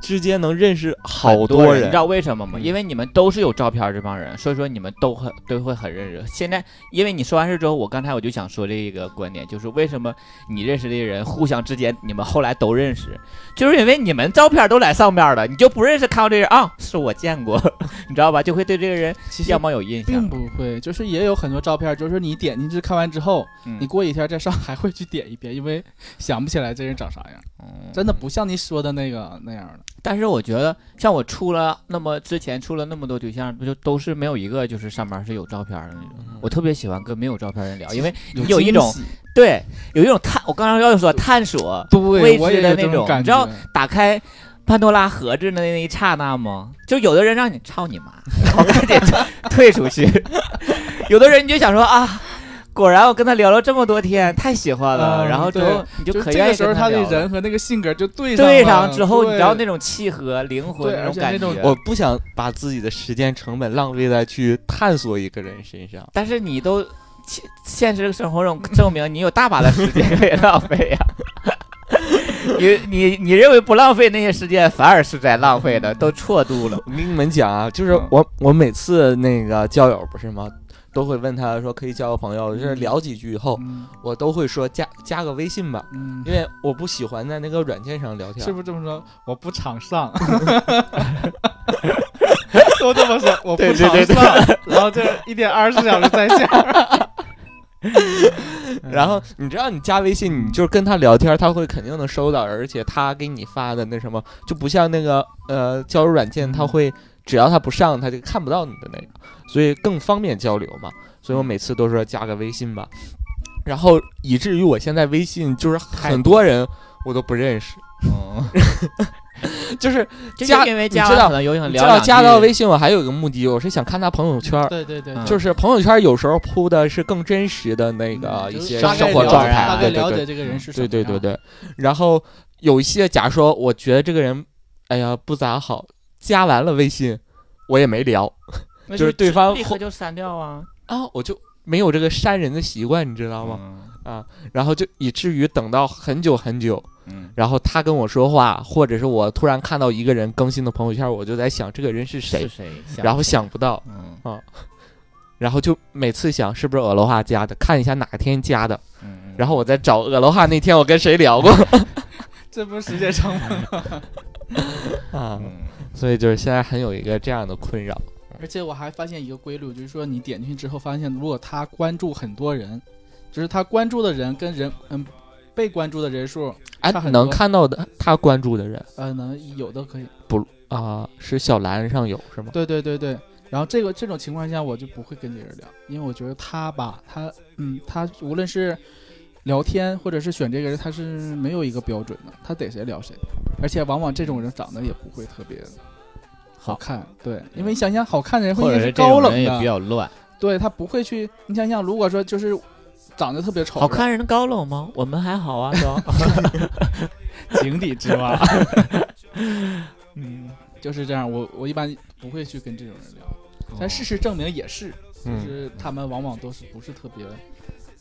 A: 之间能认识好
B: 很多
A: 人
B: 你知，道为什么吗？
A: 嗯
B: 因为你们都是有照片儿这帮人，所以说你们都很都会很认识。现在因为你说完事之后，我刚才我就想说这个观点，就是为什么你认识的人互相之间你们后来都认识，就是因为你们照片儿都在上面了，你就不认识看到这人啊，是我见过，你知道吧？就会对这个人
C: 其实
B: 要么有印
C: 并
B: 象，
C: 不会，就是也有很多照片，就是你点进去看完之后，
B: 嗯
C: 你过几天在上还会去点一遍，因为想不起来这人长啥样，
B: 嗯
C: 真的不像你说的那个那样的。
B: 但是我觉得，像我处了那么之前处了那么多对象，不就都是没有一个就是上面是有照片儿的那种。我特别喜欢跟没有照片儿人聊，因为你有一种
C: 惊喜
B: 对有一种探，我刚刚要说探索，未
C: 对，我
B: 知
C: 也
B: 的
C: 有
B: 那
C: 这
B: 种
C: 感
B: 你知道
C: 觉。
B: 打开潘多拉盒子的那一刹那吗？就有的人让你操你妈， 然后赶紧退出 去；有的人你就想说啊，果然我跟他聊了这么多天，太喜欢了，
C: 嗯
B: 然后之后你就
C: 就
B: 可
C: 这
B: 愿
C: 个
B: 意
C: 时候，
B: 跟
C: 他的
B: 聊了。
C: 人和那个性格就对上
B: 对
C: 上
B: 上之后，你知道那
C: 种
B: 种契合、灵魂
C: 对
B: 那
C: 而
B: 种
C: 且
B: 感
C: 那种
B: 觉。
A: 我不想把自己的时间成本浪费在去探索一个人身上。
B: 但是你都现现实生活中证明你有大把的时间可以浪费呀、你你你认为不浪费那些时间，反而是在浪费的，都错 度了。
A: 我跟你们讲啊，就是
C: 嗯
A: 我我每次那个交友不是吗，都会问他说可以交个朋友，就是聊几句以后，
C: 嗯
A: 我都会说加加个微信吧，
C: 嗯
A: 因，为我不喜欢在那个软件上聊天。
C: 是不是这么说？我不 常上，都这么说，我不常上，
B: 对对对
C: 然后就一点二十小时 在线。
B: 嗯
A: 然后你知道你加微信，你就是跟他聊天，他会肯定能收到，而且他给你发的那什么，就不像那个呃交友软件，
B: 嗯
A: 他会只要他不上，他就看不到你的那个，所以更方便交流嘛。所以我
B: 嗯
A: 每次都说加个微信吧，然后以至于我现在微信就是很多人我都不认识，
B: 嗯，
A: 就是
B: 这
A: 加
B: 就因为
A: 你
B: 加
A: 知
B: 完
A: 道
B: 可能有想
A: 你
B: 聊
A: 知道
B: 两句
A: 加到微信，我还有一个目的，我是想看他朋友圈儿。
C: 对对对
B: 嗯
A: 就是朋友圈儿有时候铺的是更真实的那个一些
B: 嗯大概
A: 生活
B: 了
A: 状
B: 解
A: 态
C: 大，
A: 对
C: 概
A: 对
C: 了
A: 对
C: 解这个人是什么
A: 对
C: 样。
A: 对对对，然后有一些，假如说我觉得这个人，哎呀不咋好，加完了微信，我也没聊
B: 那
A: 就是对方
B: 立
A: 后
B: 刻就删掉啊，
A: 啊，我就没有这个删人的习惯，你知道
B: 好
A: 吗？啊
B: 吗？
A: 然后就以至于等到很久很久，
B: 嗯，
A: 然后他跟我说话，或者是我突然看到一个人更新的朋友圈，我就在想这个人是谁
B: 是，谁？
A: 然后想不到，啊
B: 嗯
A: 然后就每次想是不是俄罗哈加的，看一下哪天加的，
B: 嗯，
A: 然后我再找俄罗哈那天我跟谁聊过
C: 这不是时间成本吗？
A: 啊，
B: 嗯
A: 所以就是现在很有一个这样的困扰。
C: 而且我还发现一个规律，就是说你点进去之后，发现如果他关注很多人，就是他关注的人跟人嗯被关注的人数，
A: 哎
C: 差，很
A: 能
C: 多
A: 看到的他关注的人
C: 呃，能有的可以。
A: 啊、是小蓝上有是吗？
C: 对对对对。然后这个这种情况下，我就不会跟这个人聊，因为我觉得他吧，他嗯，他无论是聊天或者是选这个人，他是没有一个标准的，他逮谁聊谁。而且往往这种人长得也不会特别好看，对，因为你想想，好看的人会
B: 或者
C: 应该
B: 是这
C: 高
B: 种
C: 冷
B: 人也比
C: 的，
B: 较乱。
C: 对他不会去。你想想，如果说就是长得特别丑，
B: 好看人高冷吗？我们还好啊，都。
C: 井底之蛙，
B: 哦
C: 嗯，就是这样。我我一般不会去跟这种人聊，但事实证明也是，就
A: 哦嗯，
C: 是他们往往都是不是特别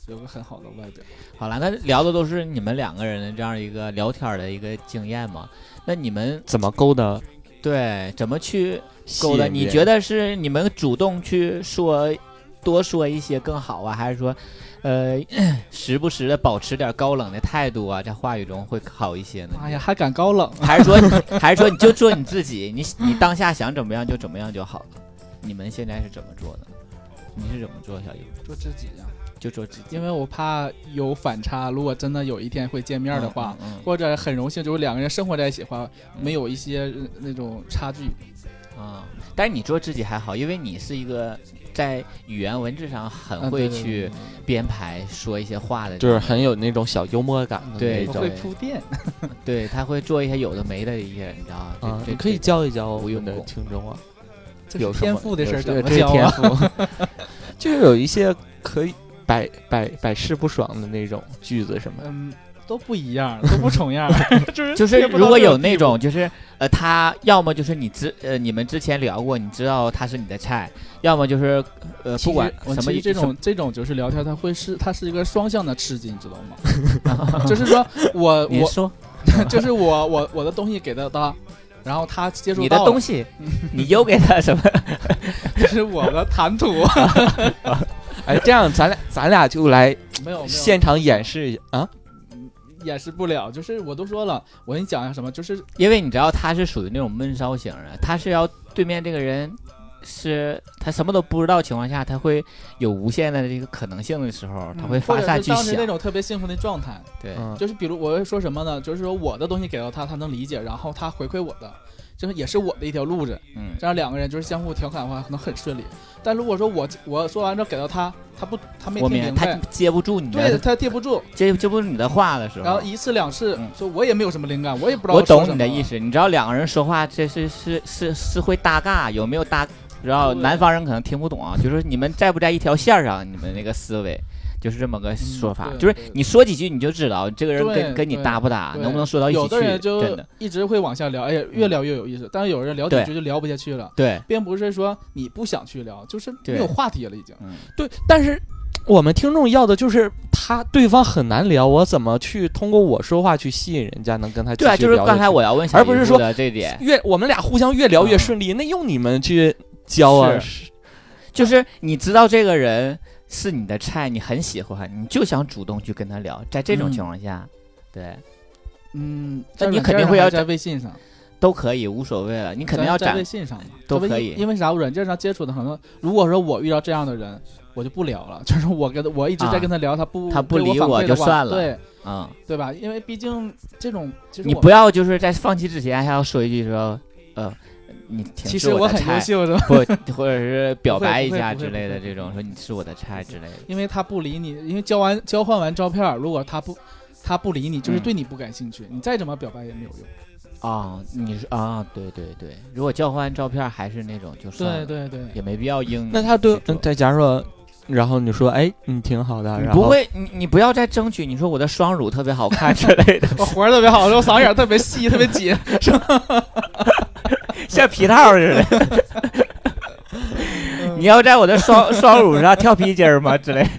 C: 有个很好的外表。
B: 好了，那聊的都是你们两个人的这样一个聊天儿的一个经验嘛。那你们
A: 怎么勾的？
B: 对怎么去
A: 吸
B: 勾搭？
A: 引
B: 你
A: 别
B: 觉
A: 人
B: 得是你们主动去说多说一些更好啊，还是说，呃， 时不时的保持点高冷的态度啊，在话语中会好一些呢？
C: 哎呀，还敢高冷？
B: 还是说你，还是说你就做你自己，你你当下想怎么样就怎么样就好了。你们现在是怎么做的？你是怎么做，小优？
C: 做自己呀、
B: 就做自己
C: 因为我怕有反差。如果真的有一天会见面的话，，
B: 嗯嗯
C: 或者很荣幸就是两个人生活在一起的话，没有一些呃那种差距。
B: 啊、但是你做自己还好，因为你是一个在语言文字上很
C: 嗯
B: 会
C: 对对
B: 去编排说一些话的，
A: 就是很有那种小幽默感的那
B: 对
C: 对对
A: 种
C: 我会铺垫，
B: 对，他会做一些有的没的一些，你知道吗？这
A: 啊，
B: 这
A: 你可以
B: 这
A: 教一教我
B: 不用
A: 们的
B: 拱
A: 听众啊，
C: 这
A: 有
C: 是
A: 什
C: 天
A: 么
C: 赋的
A: 有
C: 事儿
A: 什
C: 怎
A: 么
C: 么
A: 这是
C: 教
A: 天
C: 啊？
A: 赋，就是有一些可以百百百试不爽的那种句子什么的。
C: 嗯，都不一样，都不重样，就是
B: 就是
C: 贴不到
B: 如果有
C: 这
B: 那
C: 种
B: 种就是呃，他要么就是你之呃，你们之前聊过，你知道他是你的菜，要么就是呃，
C: 地
B: 不
C: 步。
B: 管
C: 我
B: 什么
C: 其实这
B: 什么
C: 种这种就是聊天，它会是它是一个双向的吃鸡，你知道 吗？就是说我
B: 你
C: 呃我
B: 说
C: 就是我我我的东西给到他，然后他接触
B: 你的东
C: 西
B: 西，你邮给他 什么？
C: 是我的谈吐，
A: 哎，这样咱俩咱俩就来
C: 没有没有
A: 现场演示一下啊，
C: 掩饰不了。就是我都说了，我给你讲一下什么，就是
B: 因为你知道他是属于那种闷骚型的，他是要对面这个人是他什么都不知道情况下，他会有无限的这个可能性的时候，他会
C: 嗯或
B: 发
C: 者
B: 散
C: 是
B: 去
C: 当时那
B: 想。
C: 种特别兴奋的状态，
B: 对，
A: 嗯，
C: 就是比如我会说什么呢？就是说我的东西给到他，他能理解，然后他回馈我的。就是也是我的一条路子，
B: 嗯，
C: 这样两个人就是相互调侃的话，可能很顺利。但如果说我我说完之后给到他，他不他没
B: 我
C: 听
B: 明白
C: 明
B: 他
C: 白，
B: 接不住你
C: 对
B: 的，
C: 他接不住，
B: 接接不住你的话的时候，
C: 然后一次两次
B: 嗯，
C: 说我也没有什么灵感，我也不知道
B: 我
C: 说
B: 懂
C: 什
B: 你的
C: 么
B: 意思，你知道两个人说话这是是是是会搭嘎，有没有搭？然后
C: 对
B: 南方人可能听不懂啊，就是你们在不在一条线儿上，你们那个思维就是这么个说法，
C: 嗯对
B: 就是
C: 对
B: 你说几句你就知道这个人
C: 对
B: 跟跟你
C: 对
B: 搭不搭，
C: 对
B: 能不能说到一起
C: 有
B: 去，
C: 的人
B: 真
C: 就
B: 的嗯
C: 一直会往下聊，哎呀，越聊越有意思。但是有人聊几
B: 对
C: 句就聊不下去了，
B: 对。
C: 并不是说你不想去聊，就是
A: 嗯
B: 对
C: 没有话题了已经。
A: 对，但是我们听众要的就是他对方很难聊，我怎么去通过我说话去吸引人家能跟他
B: 对啊，
A: 继续
B: 就是
A: 聊
B: 刚
A: 下
B: 才
A: 去
B: 我要问小
A: 而不
B: 姨
A: 是
B: 夫
A: 说
B: 的这点，
A: 越我们俩互相越聊越
B: 嗯
A: 顺利，那用你们去教啊？是
B: 就是你知道这个人是你的菜，你很喜欢，你就想主动去跟他聊，在这种情况下，对，
C: 嗯，
B: 那
C: 在
B: 你
C: 软
B: 肯定
C: 件
B: 会
C: 上
B: 要
C: 还是在微信上，
B: 都可以，无所谓了。你肯定
C: 在
B: 要
C: 在
B: 展
C: 微，信上嘛，
B: 都
C: 在微
B: 可
C: 信
B: 以
C: 因为啥？我软件上接触的很多，如果说我遇到这样的人，我就不聊了， 就是我跟他我一直在跟他聊，他不
B: 啊他不
C: 给
B: 理
C: 反
B: 我
C: 馈
B: 就
C: 的话
B: 算了
C: 对
B: 嗯，
C: 对吧？因为毕竟这种，其实
B: 你
C: 我
B: 不要就是在放弃之前还要说一句说，呃，你挺
C: 其
B: 是
C: 实
B: 我的
C: 很优
B: 菜，
C: 秀的，
B: 或或者是表
C: 不会
B: 白
C: 不
B: 一
C: 会
B: 下
C: 不会
B: 之
C: 不
B: 类
C: 会
B: 的
C: 不
B: 这
C: 会
B: 种，
C: 不
B: 说你是我的菜之类的。
C: 因为他不理你，因为交完交换完照片，如果他不他不理你，就是
B: 嗯
C: 对你不感兴趣，你再怎么表白也没有用。
B: 啊、你是啊，对对对，如果交换照片还是那种就算
C: 对
B: 了，
C: 对对，
B: 也没必要硬。
A: 那他对，嗯再假如说，然后你说，哎，你挺好的，
B: 你
A: 然后
B: 不会，你你不要再争取。你说我的双乳特别好看之类的，
C: 我活儿特别好，我嗓眼儿特别细，特 别紧，
B: 像皮套似的。 你要在我的双 双乳上跳皮筋儿吗？之类的。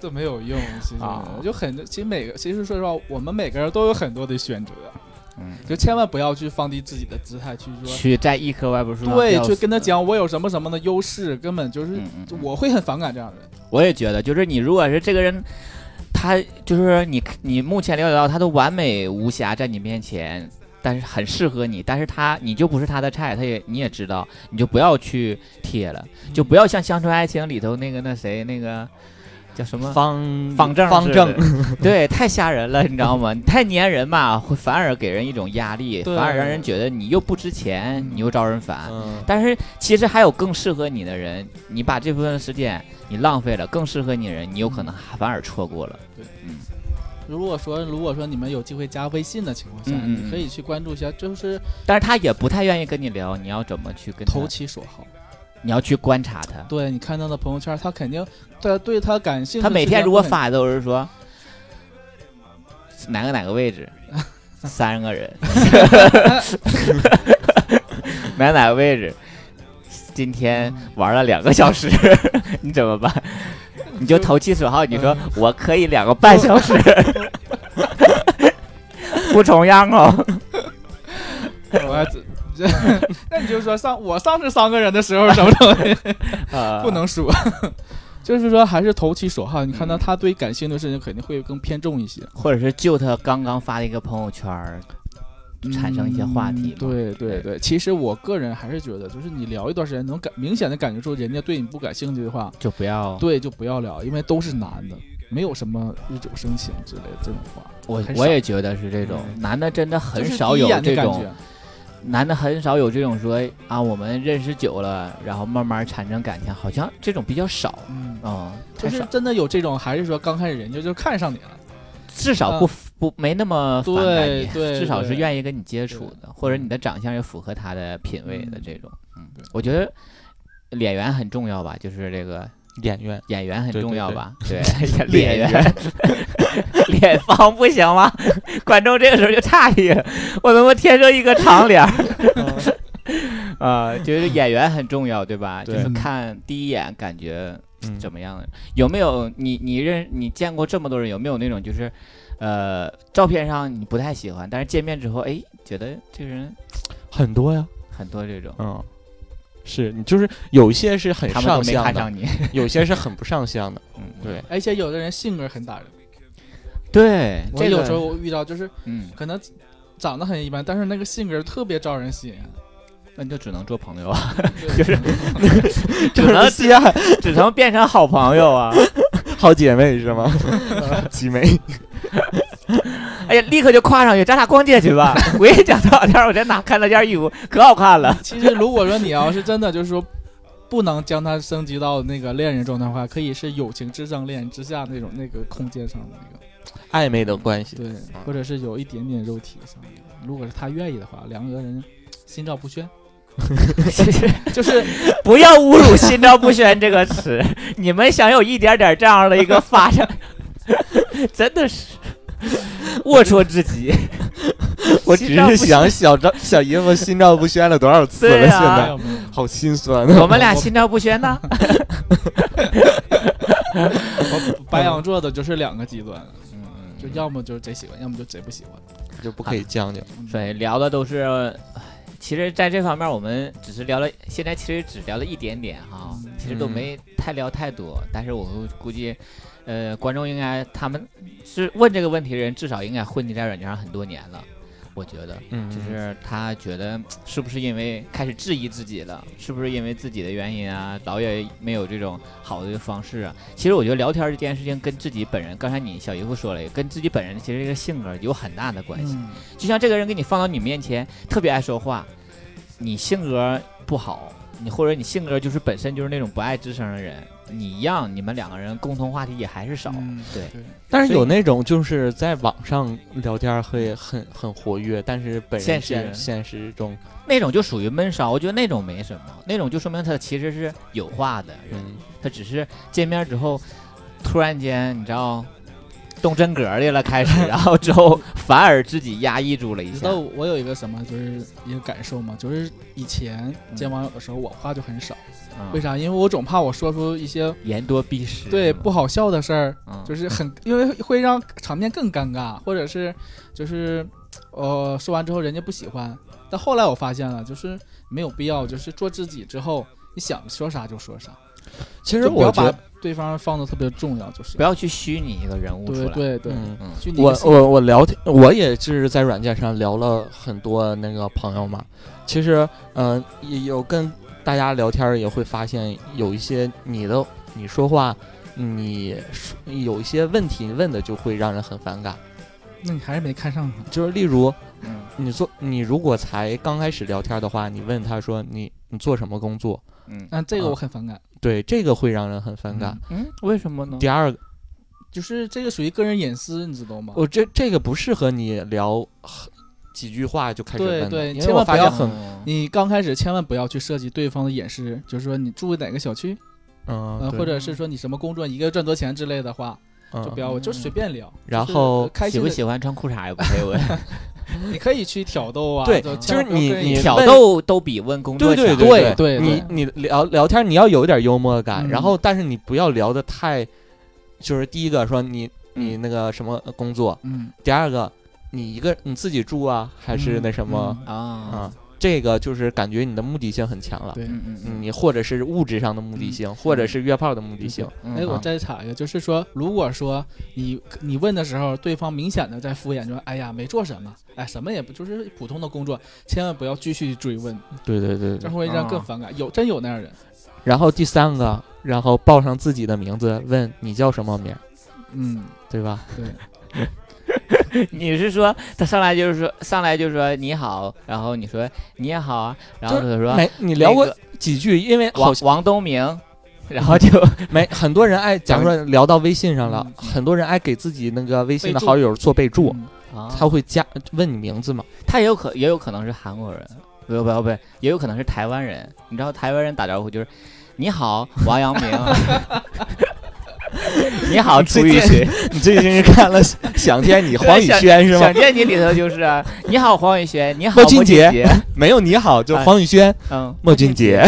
C: 这没有用。其实
B: 啊
C: 就很多，其实每个，其实说实话，我们每个人都有很多的选择，
B: 嗯，
C: 就千万不要去放低自己的姿态去说，
B: 去在一棵歪脖树上
C: 对，
B: 吊
C: 去
B: 死
C: 跟他。讲我有什么什么的优势，根本就是
B: 嗯嗯嗯
C: 我会很反感这样的人。
B: 我也觉得，就是你如果是这个人，他就是你，你目前了解到他都完美无瑕在你面前，但是很适合你，但是他你就不是他的菜，他也你也知道，你就不要去贴了，就不要像《乡村爱情》里头那个那谁那个叫什么
A: 方
B: 方正
A: 方
B: 是
A: 正，
B: 对，太吓人了，你知道吗？你太粘人嘛，会反而给人一种压力，
C: 对
B: 反而让人觉得你又不值钱，你又招人烦。
A: 嗯，
B: 但是其实还有更适合你的人，你把这部分时间你浪费了，更适合你的人，你有可能还反而错过了。
C: 如果说如果说你们有机会加微信的情况下，
B: 嗯嗯嗯
C: 你可以去关注一下，就是
B: 但是他也不太愿意跟你聊，你要怎么去跟他
C: 投？其所好。
B: 你要去观察他。
C: 对你看他的朋友圈，他肯定他对他感兴趣。
B: 他每天如果，发都是说哪个哪个位 置，三个人，哪个哪个位置，今
C: 嗯
B: 天玩了两个小时， 你怎么办？你就投其所好，你说
C: 嗯
B: 我可以两个半小 时，不重样 哦。
C: 我要自 那你就说上我上次三个人的时候什么什么 的
B: 呃
C: 啊不能说， 就是说还是投其所好。你看到
B: 嗯
C: 他对感兴趣的事情肯定会更偏重一些，
B: 或者是就他刚刚发的一个朋友圈儿，产生一些话题嘛
C: 嗯对对对，其实我个人还是觉得，就是你聊一段时间，能感明显的感觉出人家对你不感兴趣的话，
B: 就不要。
C: 对就不要聊，因为都是男的，没有什么日久生情之类的这种话。
B: 我
C: 很
B: 我
C: 少
B: 也觉得是这种，
C: 嗯
B: 男的真的很
C: 就是
B: 少
C: 第一
B: 有
C: 眼的
B: 这
C: 感
B: 种
C: 觉。
B: 男的很少有这种说啊，我们认识久了，然后慢慢产生感情，好像这种比较少，
C: 嗯，
B: 嗯，
C: 就
B: 太
C: 是
B: 少，
C: 真的有这种，还是说刚开始人家就看上你了？
B: 至少不、不没那么反感你，
C: 对对
B: 至少是
C: 对
B: 愿意跟你接触的，或者你的长相也符合他的品味的
C: 嗯
B: 这种，嗯
C: 对，
B: 我觉得脸缘很重要吧，就是这个
A: 演 员
B: 眼缘很
A: 对
B: 重
A: 对
B: 要
A: 对
B: 吧，对，脸缘，脸方不行吗？观众这个时候就诧异了，我他妈天生一个长脸儿。
A: 嗯
B: 啊，就是演员很重要，对吧？
A: 对
B: 就是看第一眼感觉
A: 嗯
B: 怎么样的，有没有你你认你见过这么多人，有没有那种就是，呃，照片上你不太喜欢，但是见面之后，哎，觉得这个人
A: 很多呀，
B: 很多这种，
A: 嗯，是你就是有些是很
B: 他们都
A: 上
B: 没
A: 相
B: 看
A: 的，
B: 上你，
A: 有些是很不上相的，
B: 嗯，
A: 对，
C: 而且有的人性格很打人，
B: 对，
C: 我
B: 这
C: 有时
B: 个，
C: 候我遇到就是
B: 嗯，
C: 可能长得很一般，但是那个性格特别招人 吸引。
B: 那就只能做朋友啊。
C: 就是
B: 只能接， 只能变成好朋友啊！
A: 好姐妹是吗？ 集美，
B: 哎呀，立刻就跨上去，咱俩逛街 去吧。我也讲多少天，我在哪看到件衣服，可好 看 了。
C: 其实如果说你要是真的就是说。不能将它升级到那个恋人状态的话，可以是友情之上、恋人之下那种那个空间上的那个，
A: 暧昧的关系，
C: 对，或者是有一点点肉体上的。如果是他愿意的话，两个人心照不 宣，就是
B: 不要侮辱“心照不宣”这个词，你们想有一点点这样的一个发展， 真的是 龌龊至极。
A: 我只是想小张小姨夫心照不宣了多少次了，
B: 对
A: 现
B: 啊
C: 哎
A: 在
C: 没有没有
A: 好心酸
B: 我
A: 啊！
B: 们俩心照不宣呢。
C: 我白羊座的就是两个极端，嗯，就要么就是贼喜欢，要么就贼不喜欢。
A: 就不可以将就。
C: 嗯
B: 所以聊的都是，唉其实在这方面我们只是聊了，现在其实只聊了一点点哈，其实都
A: 嗯
B: 没太聊太多。但是我估计，呃，观众应该他们是问这个问题的人，至少应该混迹在软件上很多年了，我觉得。
A: 嗯
B: 就是他觉得是不是因为开始质疑自己了，是不是因为自己的原因啊，老也没有这种好的方式啊。其实我觉得聊天这件事情跟自己本人，刚才你小姨夫说了，跟自己本人其实这个性格有很大的关系。
C: 嗯
B: 就像这个人给你放到你面前，特别爱说话，你性格不好，你或者你性格就是本身就是那种不爱吱声的人，你一样，你们两个人共同话题也还是少。
C: 嗯
B: 对
C: 对，
A: 但是有
B: 所以
A: 那种就是在网上聊天会很很活跃，但是本人
B: 现实
A: 现现实中，
B: 那种就属于闷骚，我觉得那种没什么，那种就说明他其实是有话的人，
A: 嗯，
B: 他只是见面之后，突然间你知道动真格儿去了，开 始，然后之后反而自己压抑住了一
C: 你知
B: 下
C: 道。我有一个什么，就是一个感受嘛，就是以前见网友的时候，我话就很少，
B: 嗯
C: 为啥？因为我总怕我说出一些
B: 言多必失，
C: 对不
B: 好，
C: 好笑的事儿，
B: 嗯、
C: 就是很，因为会让场面更尴尬，或者是就是，呃，说完之后人家不喜欢。但后来我发现了，就是没有必要，就是做自己之后，你想说啥就说啥，
A: 其实
C: 就不要
A: 我觉
C: 把
A: 得，
C: 对方放的特别重要，就是
B: 不要去虚拟一个人物出
C: 对
B: 来。
C: 对对，
A: 嗯，
B: 嗯，
C: 就你
A: 我
C: 的性格
A: 我我聊天，我也是在软件上聊了很多那个朋友嘛。其实，嗯、也有跟大家聊天儿也会发现，有一些你的你说话，你说有一些问题问的就会让人很反感。
C: 那你还是没看上他，
A: 就是例如，
B: 嗯
A: 你做你如果才刚开始聊天的话，你问他说你你做什么工作，
B: 嗯
C: 但这个
A: 啊
C: 我很反感。
A: 对这个会让人很反感。
B: 嗯，为什么呢？
A: 第二个，
C: 就是这个属于个人隐私，你知道吗？
A: 我这这个不适合你聊很几句话就开始
C: 对
A: 问的，
C: 对
A: 因为
C: 千
A: 我
C: 万
A: 发
C: 不
A: 现
C: 要
A: 很
B: 嗯
C: 你刚开始千万不要去涉及对方的隐私，就是说你住哪个小区，
A: 嗯、
C: 呃，
A: 对
C: 或者是说你什么工作，你一个月赚多少钱之类的话，
A: 嗯
C: 就不要，
B: 嗯
C: 就随便聊。
A: 然
C: 就是
A: 后
C: 呃开
B: 喜
C: 心
B: 不
C: 的
B: 喜欢穿裤衩也不配问，
C: 你可以去挑逗啊，
A: 对
C: 就
A: 其
C: 千万
A: 实
C: 不要
A: 你
C: 跟人
A: 你
C: 家
A: 问
B: 挑逗都比问工作
A: 对
B: 强。
A: 对
C: 对
A: 对
C: 对
A: 你
C: 对
A: 你聊聊天你要有一点幽默感，
C: 嗯
A: 然后但是你不要聊的太，就是第一个说你你那个什么工作，
C: 嗯，
A: 第二个你一个你自己住啊还是那什么
B: 啊
C: 嗯？
A: 啊，，这个就是感觉你的目的性很强了。
C: 对，
B: 嗯嗯嗯
A: 你或者是物质上的目的性，或者是约炮的目的性，
B: 嗯，
C: 哎，我
A: 啊
C: 再插一个，就是说，如果说你你问的时候，对方明显的在敷衍，就说哎呀没做什么，哎什么也不就是普通的工作，千万不要继续追问，
A: 对对对
C: 这会让
B: 啊
C: 更反感。有真有那样人，
A: 然后第三个，然后报上自己的名字，问你叫什么名儿，
C: 嗯，
A: 对吧？
C: 对，
B: 你是说他上来就是说上来就说你好，然后你说你也好啊，然后他说
A: 没，你聊过
B: 那个
A: 几句？因为好
B: 王
A: 像
B: 王东 明，然后就
A: 没很多人爱，假如说聊到微信上了，
C: 嗯
A: 很多人爱给自己那个微信的
C: 备注
A: 好友做备注，
C: 嗯
B: 啊
A: 他会加问你名字嘛？
B: 他也有可也有可能是韩国人，不不不，也有可能是台湾人。你知道台湾人打招呼就是你好，王阳明。 你好，朱雨群。
A: 你最近是看了《想见你》
B: 黄宇
A: 轩
B: 想？见你里头就是 啊你好，黄宇轩。你好，
A: 莫
B: 莫
A: 俊杰
B: 杰。
A: 没有你好，就
B: 哎
A: 黄宇轩、
B: 嗯，
A: 莫俊杰。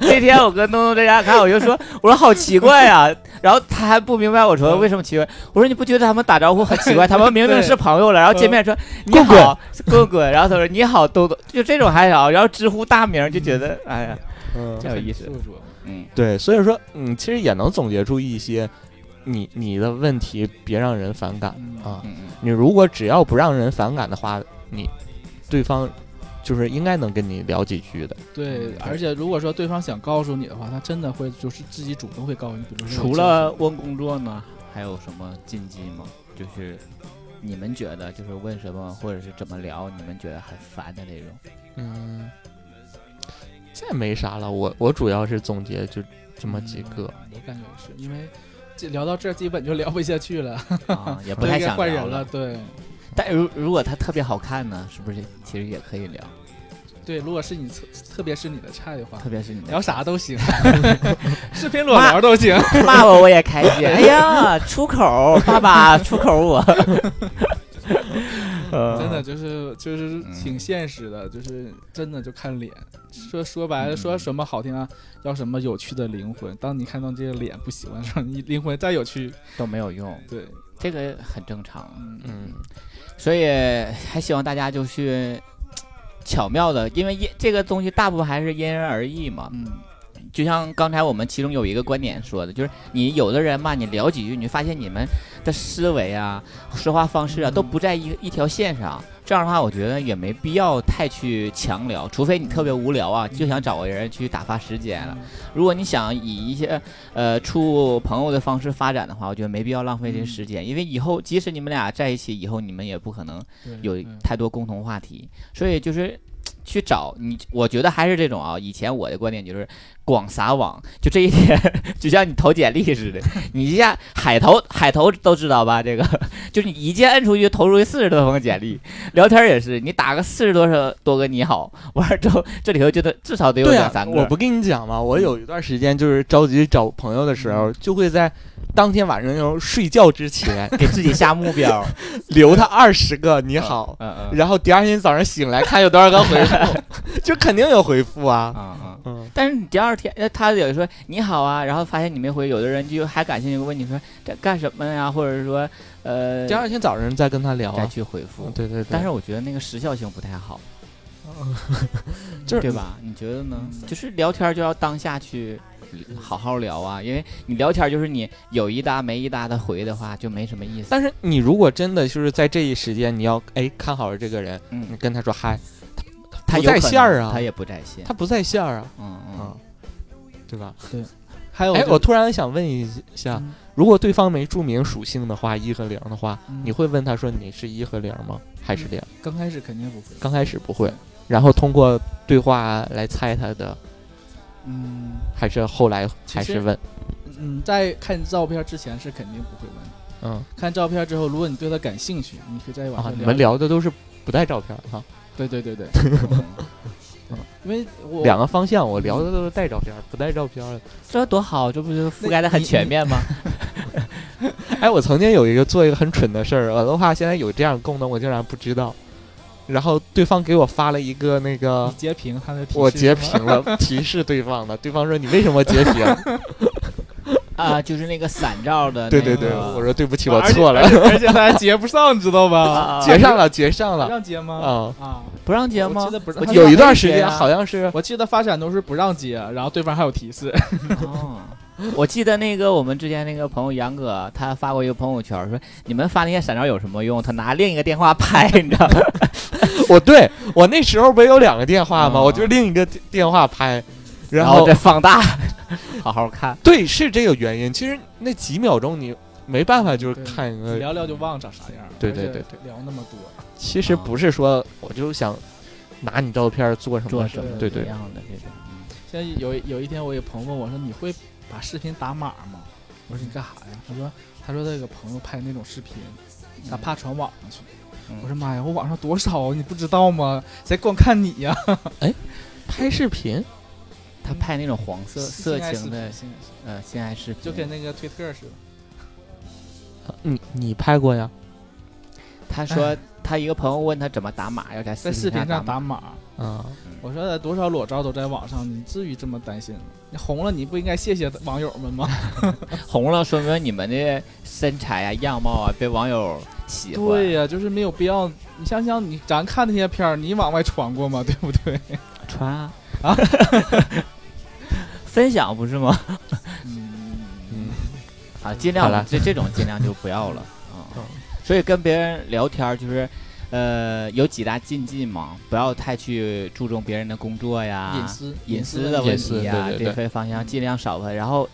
B: 那天我跟东东在家看，我就说，我说好奇怪呀、 然后他还不明白我说为什么奇怪，我说你不觉得他们打招呼很奇怪？他们明明是朋友了，然后见面说你好棍棍，然后他说你好豆豆，就这种还好，然后直呼大名就觉得哎呀，
A: 嗯
B: 太有意思
C: 这很附着
B: 嗯，
A: 对，所以说，嗯，其实也能总结出一些你你的问题，别让人反感
C: 嗯
A: 啊。
B: 嗯嗯
A: 你如果只要不让人反感的话，你对方就是应该能跟你聊几句的。
C: 对
B: 嗯，
C: 而且如果说对方想告诉你的话，他真的会就是自己主动会告诉你，比如说
B: 除了问工作呢，还有什么禁忌吗？就是你们觉得就是问什么或者是怎么聊，你们觉得很烦的那种。
A: 嗯，这没啥了。我我主要是总结就这么几个。
C: 嗯我感觉是因为这聊到这儿基本就聊不下去了，
B: 啊，也不
C: 就
B: 太
C: 应该
B: 想
C: 换
B: 聊
C: 人
B: 了。
C: 对
B: 但如如果他特别好看呢，是不是其实也可以聊？
C: 对，如果是你特特别是你的 菜的话
B: 特，别是你的
C: 聊啥都行，视频裸聊都行。
B: 骂我我也开心。哎呀，出口，爸爸出口我。
C: 真
B: 真
C: 的就是就是挺现实的，就是真的就看脸。说说白了，
B: 嗯
C: 说什么好听啊，要什么有趣的灵魂。当你看到这个脸不喜欢的时候，你灵魂再有趣，
B: 都没有用，
C: 对，
B: 这个很正常。
C: 嗯，
A: 嗯，
B: 所以还希望大家就去巧妙的，因为因这个东西大部分还是因人而异嘛。
C: 嗯，
B: 就像刚才我们其中有一个观点说的，就是你有的人吧，你聊几句，你就发现你们的思维啊、说话方式啊
C: 嗯
B: 都不在一一条线上。这样的话，我觉得也没必要太去强聊，除非你特别无聊啊，就想找个人去打发时间了。如果你想以一些呃处朋友的方式发展的话，我觉得没必要浪费这些时间，因为以后即使你们俩在一起以后，你们也不可能
C: 对
B: 有
A: 嗯
C: 对
B: 太多共同话题，所以就是去找你，我觉得还是这种啊。以前我的观点就是广撒网，就这一点， 就像你投简历 似的，你一下海投海投都知道吧？这个 就是你一键摁出去，投出去四十多封简历，聊天也是，你打个四十多少多个你好，完了之后这里头就得至少得有
A: 对
B: 两
A: 啊
B: 三，个。
A: 我不跟你讲嘛，
B: 嗯
A: 我有一段时间就是着急找朋友的时候，就会在当天晚上那种睡觉之 前
B: 给自己下目标，
A: 留他二十个
C: 呃
A: 你好，
B: 嗯嗯
A: 然后第二天早上醒来看有多少个回 复，就肯定有回复啊。
B: 嗯嗯。
A: 嗯，
B: 但是你第二天，呃，他有说你好啊，然后发现你没回，有的人就还感兴趣问你说这干什么呀，或者说呃，
A: 第二天早上再跟他聊
B: 再
A: 啊。
B: 去回复
A: 嗯。对对对，
B: 但是我觉得那个时效性不太好，
A: 就是
B: 对？吧？你觉得呢？就是聊天就要当下去好好聊啊，因为你聊天就是你有一搭没一搭的回的话，就没什么意思。
A: 但是你如果真的就是在这一时间，你要哎看好了这个人，你
B: 嗯，
A: 跟他说嗨，
B: 他
A: 不
B: 有
A: 在
B: 可
A: 线儿
B: 能
A: 啊
B: 他也不在线。
A: 他不在线儿啊，
B: 嗯嗯
A: 啊，对吧？
C: 还有
A: 哎，
C: 就
A: 我突然想问一下，
C: 嗯
A: 如果对方没注明属性的话，一和零的话，
C: 嗯
A: 你会问他说你是一和零吗？还是零？
C: 刚开始肯定不会，
A: 刚开始不会，然后通过对话来猜他的，
C: 嗯
A: 还是后来还是问？
C: 嗯，在看照片之前是肯定不会问的，
A: 嗯
C: 看照片之后，如果你对他感兴趣，你可以再往
A: 啊
C: 下，
A: 你
C: 聊。
A: 们聊的都是不带照片哈、
C: 对对 对对，
A: 嗯
C: 因为我
A: 两个方向我聊的都是带照片，不带照片的。
B: 这多好，这不就覆盖的很全面吗？
A: 哎，我曾经有一个做一个很蠢的事儿，完的话现在有这样的功能，我竟然不知道。然后对方给我发了一个那个
C: 你截屏他的提示
A: 我截
C: 是吗
A: 屏 了，提示对方的，对方说你为什么截屏？
B: 啊，就是那个散照的那 个。
A: 对对对，我说对不起，我
C: 而且
A: 错了
C: 而，且 而且他还接不上，知道吧？
B: 啊
A: 截上了，截上了
C: 让接吗？
A: 啊！
C: 啊，
B: 不让接
C: 我
B: 吗
C: 记？得不是
B: 我，记得
A: 有一段时
B: 截
A: 间
B: 啊
A: 好像是
C: 我记得发展都是不让接，然后对方还有 提示。
A: 哎
B: 哦， 我记得那个我们之前那个朋友杨哥，他发过一个朋友圈，说你们发那些闪照有什么用？他拿另一个电话拍，你知道 吗？
A: 我对我那时候不是有两个电话吗？
B: 啊
A: 我就另一个电电话拍，然
B: 然
A: 后
B: 再放大， 好好看。
A: 对是这个原因。其实那几秒钟你没办法，就是
C: 对
A: 看一个。
C: 聊聊就忘长啥样了。
A: 对对
C: 而且
A: 对
C: 聊那么多，
A: 其实不是说我就想拿你照片做什么
B: 做
A: 事
B: 什
A: 儿
B: 么
A: 对
B: 一
A: 对，
B: 样的这种。
C: 现在有有一天我有朋友问我说：“你会把视频打码吗？”我说：“你干啥呀？”他说：“他说他有个朋友拍那种视频，他怕传网上去。
B: 嗯
C: 我说：“妈呀，我网上多少啊你不知道吗？ 谁光看你呀、
A: 拍视频
B: 他拍那种黄 色色
C: 性爱视
B: 情
C: 频
B: 的
C: 性爱视频
B: 呃性爱视频，
C: 就跟那个推特似的。
A: 啊你你拍过呀？
B: 他说他一个朋友问他怎么打码，要在
C: 哎在视
B: 频
C: 频
B: 打
C: 上
B: 码。
C: 打码。
A: 啊，
C: 我说哎多少裸照都在网上，你至于这么担心吗？你红了，你不应该谢谢网友们吗？
B: 红了说明你们的身材啊、样貌啊被网友喜欢。
C: 对呀、就是没有必要。你想想，你咱看那些片儿，你往外传过吗？ 对不对？
B: 传 啊 啊！分享不是吗？
C: 嗯，
B: 啊，尽
A: 好
B: 量
A: 了
B: 这这种尽量就不要了啊、
A: 嗯
B: 所以跟别人聊天儿就是，呃，有几大禁忌嘛，不要太去注重别人的工作呀、
C: 隐私
B: 啊隐私的问
A: 隐私
B: 题呀、
A: 对对
B: 这
A: 对
B: 些方向尽量少问。然后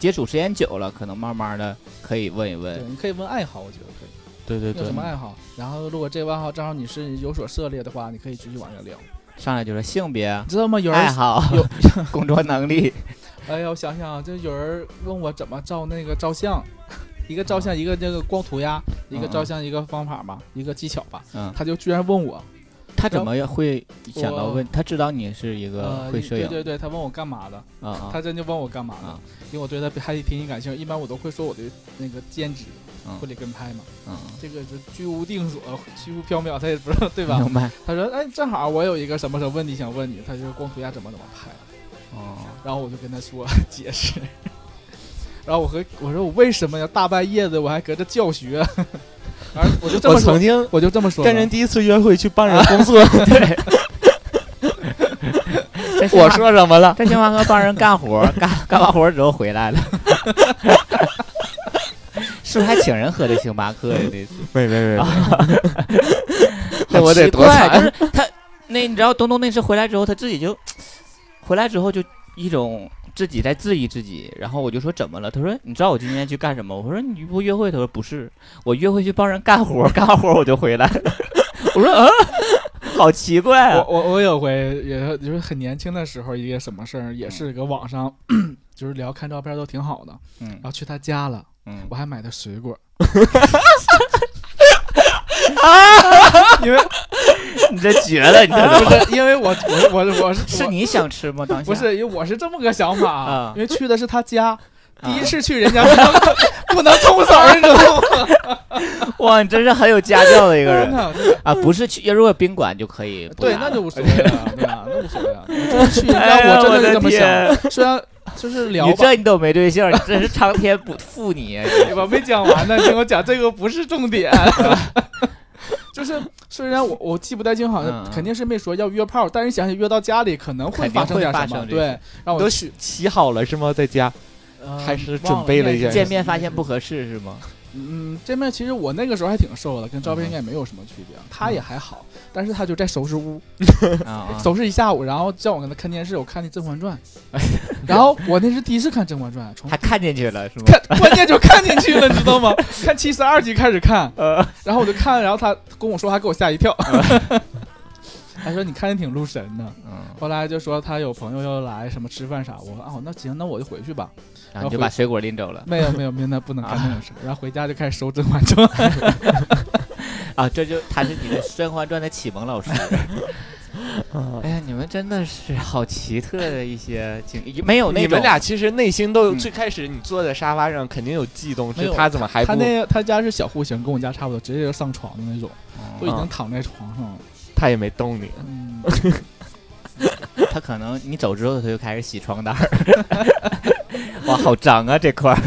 B: 接触时间久了，可能慢慢的可以问一
C: 对，
B: 问。
C: 你可以问爱好，我觉得可以。
A: 对对
C: 你有
A: 对
C: 什么，啊爱好？然后如果这个爱好正好你是有所涉猎的话，你可以继续往下聊。
B: 上来就是性别
C: 你、知道吗？有
B: 爱
C: 人，
B: 好、 工作能 力，
C: 哎呀，我想想啊，就有人问我怎么照那个 照相，一个照相，一个那个光涂鸦，一个照相，一个方法吧，一个技巧吧。
B: 嗯，
C: 他就居然问我，
B: 他怎么会想到问？他知道你是一个
C: 呃，
B: 会摄影
C: 对对对，他问我干嘛的，
B: 啊啊
C: 他真就问我干嘛的
B: 啊，
C: 因为我对他还挺感兴趣。一般我都会说我的那个兼职
B: 嗯
C: 婚礼跟拍嘛，
B: 啊！
C: 这个就居无定所、虚无缥缈，他也不知道对吧？
B: 明白
C: 他说：“哎，正好我有一个什么什么问题想问你。”他就光图下怎么怎么拍，
B: 哦，
C: 然后我就跟他说解释， 然后我和我说我为什么要大半夜的我还搁这教学， 然后我就这
A: 我
C: 么说
A: 曾，经
C: 我就这么说了，
A: 跟人第一次约会去帮人工作，
E: 真心话
A: 我说什么 了？
E: 真心话哥帮人干活 儿，干干完活儿之后回来了，
B: 是不是还请人喝的星巴克呀？这次
A: 没没没，
E: 很
A: 那我得
E: 奇
A: 多
E: 怪
A: 惨
E: 就是他那你知道东东那次回来之后，他自己就回来之后就一种自己在质疑自己，然后我就说怎么了？他说你知道我今天去干什么？我说你不约会？他说不是，我约会去帮人干活儿，干完活儿我就回来 了。我说嗯，好奇怪
C: 我
E: 啊！
C: 我我有回也是就是很年轻的时候，一个什么事儿，也是搁网上 就是聊看照片都挺好的，
B: 嗯
C: 然后去他家了，
B: 嗯
C: 我，还买的水果，
E: 你这绝了，你这
C: 不是因为我我我我是
E: 是
C: 我
E: 你想吃吗？当下
C: 不是因为我是这么个想法
E: 啊
C: 因为去的是他家，
E: 啊
C: 第一次去人家 不能不能空手，你知道吗？
E: 哇，你真是很有家教的一个
C: 真
E: 人
C: 的真的
E: 啊！不是去，如果宾馆就可以不
C: 对，
E: 拿
C: 那
E: 了
C: 就无所谓了，对吧？那无所谓 了，就是 去人
E: 哎呀
C: 家我真的是这么
E: 我的天
C: 想，虽然就是聊
E: 你
C: 吧。
E: 这你都没对象，你真是苍天不负你啊！
C: 我没讲完 呢，听我讲，这个不是重点。 就是虽然我我记不太清，好
B: 嗯嗯
C: 像肯定是没说要约炮，但是想想约到家里可能会
B: 肯定
C: 发生
B: 会
C: 点
B: 发
C: 什么，
B: 生这
C: 对
B: 些，
C: 让我
A: 都洗洗好了是吗？在家
C: 呃
A: 还是
C: 忘了
A: 准备了一下
C: 那
B: 见面发现不合适是 吗？
C: 嗯，见面其实我那个时候还挺瘦的，跟照片应该也没有什么区别，啊他也还好，但是他就在收拾屋，
B: 啊啊
C: 收拾一下午，然后叫我跟他看电视，我看那《甄嬛传》， 然后我那是第一次看《甄嬛传》，从
B: 还看进去了是吗？
C: 看，关键就看进去了，你知道吗？看七十二集开始看，然后我就看，然后他跟我说，还给我吓一跳， 他说你看的挺入神的。
B: 嗯，
C: 后来就说他有朋友要来什么吃饭啥，我说哦那行，那我就回去吧。
B: 然后你就把水果拎走了
C: 没有没有没有，那不能干那种事儿。然后回家就开始收《甄嬛传》，
B: 啊！这就他是你的《甄嬛传》的启蒙 老师。
A: 嗯
B: 哎呀，你们真的是好奇特的一些经历，没有那
A: 你
B: 种
A: 们俩其实内心都有
B: 嗯
A: 最开始你坐在沙发上肯定有悸动，
C: 没
A: 是
C: 有
A: 他怎么还
C: 他
A: 不？
C: 那他家是小户型，跟我家差不多，直接就上床的那种，
B: 哦嗯
C: 就已经躺在床上了。
A: 他也没动你，
C: 嗯，
B: 他可能你走之后，他就开始洗床单儿。 哇，好脏啊这块儿。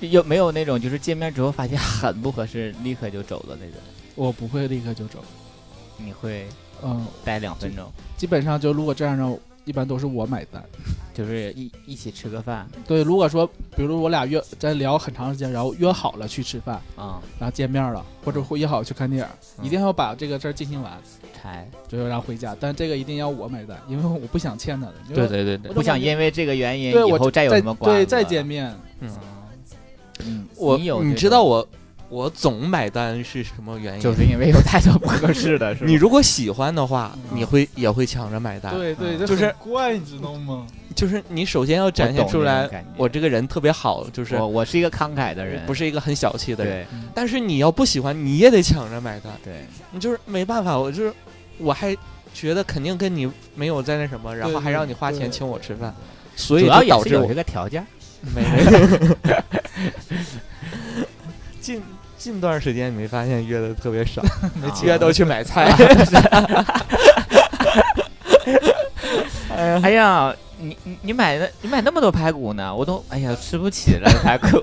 B: 有没有那种就是见面之后发现很不合适，立刻就走的那种？
C: 我不会立刻就走，
B: 你会
C: 嗯，
B: 待两分钟，
C: 基本上就如果这样的，一般都是我买单。
B: 就是一一起吃个饭
C: 对，如果说比如我俩约在聊很长时间，然后约好了去吃饭，
B: 啊、
C: 然后见面了，或者会约好去看电影，
B: 嗯
C: 一定要把这个事儿进行完，
B: 才
C: 最后然后回家。但这个一定要我买单，因为我不想欠他的。因为
A: 对对对
C: 我
B: 不想因为这个原因
C: 对
B: 以
C: 我
B: 后再有
C: 再
B: 什么瓜
C: 对
B: 葛
C: 再见。面，
B: 嗯，
A: 我
B: 你有
A: 你
B: 这
A: 知道
B: 种，
A: 我我总买单是什么原因？
B: 就是因为有太多不合 适的，是吧
A: 你？如果喜欢的话，
C: 嗯
A: 你会也会抢着买单。
C: 对对，
B: 嗯
C: 这
A: 就是
C: 很怪，你知道吗？
A: 就是你首先要展现出
B: 我
A: 来
B: 懂那种感觉，
A: 我这个人特别好，就是
B: 我我是一个慷慨的人，
A: 不
B: 是
A: 是一个很小气的人。
B: 对
A: 但是你要不喜欢，你也得抢着买单。
B: 对，
A: 你就是没办法，我就是我还觉得肯定跟你没有在那什么，然后
C: 对
A: 还让你花
C: 对
A: 钱请我吃饭，所以
B: 主要
A: 就
B: 也
A: 导
B: 是
A: 致
B: 有
A: 我
B: 这个 条件。
A: 没没近近段时间你没发现约的特别少，约都去买 菜。
B: 哎呀，你你你买的你买那么多排骨呢，我都哎呀吃不起了排骨，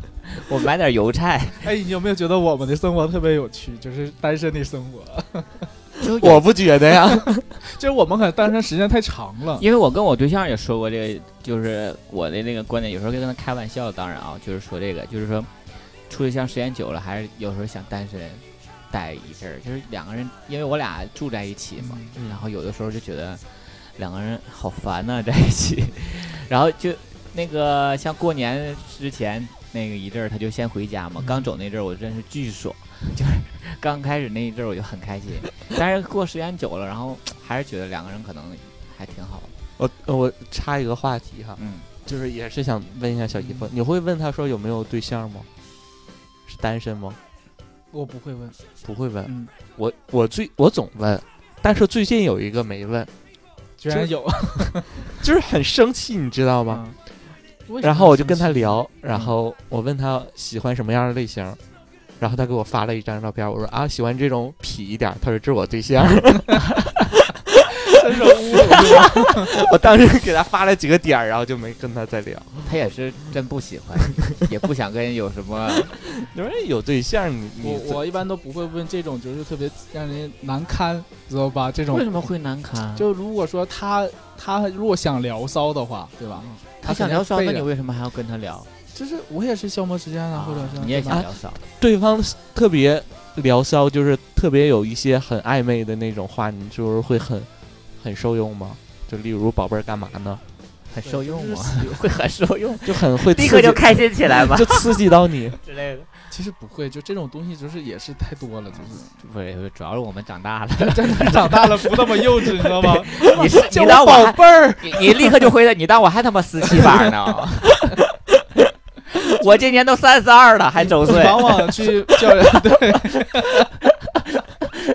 B: 我买点油菜。
C: 哎，你有没有觉得我们的生活特别有趣？就是单身的生活，
B: 就有
A: 我不觉得呀，
C: 就是我们可能单身时间太长了。
B: 因为我跟我对象也说过这个，就是我的那个观点，有时候跟他开玩笑，当然啊，就是说这个，就是说处对象时间久了，还是有时候想单身待一阵儿，就是两个人，因为我俩住在一起嘛，然后有的时候就觉得两个人好烦啊呐、在一起，然后就那个像过年之前那个一阵儿，他就先回家嘛，刚走那阵儿我真是巨爽，就是刚开始那一阵儿我就很开心，但是过时间久了，然后还是觉得两个人可能还挺好的，
A: 我我插一个话题哈，
B: 嗯，
A: 就是也是嗯想问一下小姨夫，你会问他说有没有对象吗？是单身吗？
C: 我不会问，
A: 不会问。
C: 嗯，
A: 我我最我总问，但是最近有一个没问，
C: 居然有啊
A: 就是很生气，你知道吗？
C: 吗？为什么
A: 然后我就
C: 生
A: 跟他
C: 气嗯
A: 聊，然后我问他喜欢什么样的类型，然后他给我发了一张照片，我说啊喜欢这种痞一点儿， 他说这是我对象，
C: 真是侮辱
A: 我当时给他发了几个点儿，然后就没跟他再聊。
B: 他也是真不喜 欢，也不想跟人有什么。
A: 你说有对象，你你
C: 我我一般都不会问这种，就是特别让人难堪，知道吧？这 种
B: 为什么会难堪？
C: 就如果说他他如果想聊骚的话，对吧？
B: 他想聊骚，那你为什么还要跟他聊？
C: 就是我也是消磨时间啊，或者是
B: 你也
C: 对吧
B: 想聊 骚？
A: 对方特别聊骚，就是特别有一些很暧昧的那种话，你就是会很很受用吗？就例如宝贝儿干嘛呢？
B: 很受
F: 啊
B: 用吗？
F: 会很受用，
A: 就很 会
F: 立刻
A: 刺激，
F: 就开心起来吧
A: 就刺激到你。
F: 之 类的。
C: 其实不会，就这种东西就是也是太多了，就是
B: 不是，主要是我们长大 了。
C: 真的长大了不那么幼稚，你知道吗？
F: 你是
C: 叫
F: 你
C: 我
F: 当我
C: 宝
F: 还
C: 贝儿，
F: 你你立刻就回答，你当我还他妈十七八呢？ 我今年都三十二了，还周岁，
C: 往往去叫人对，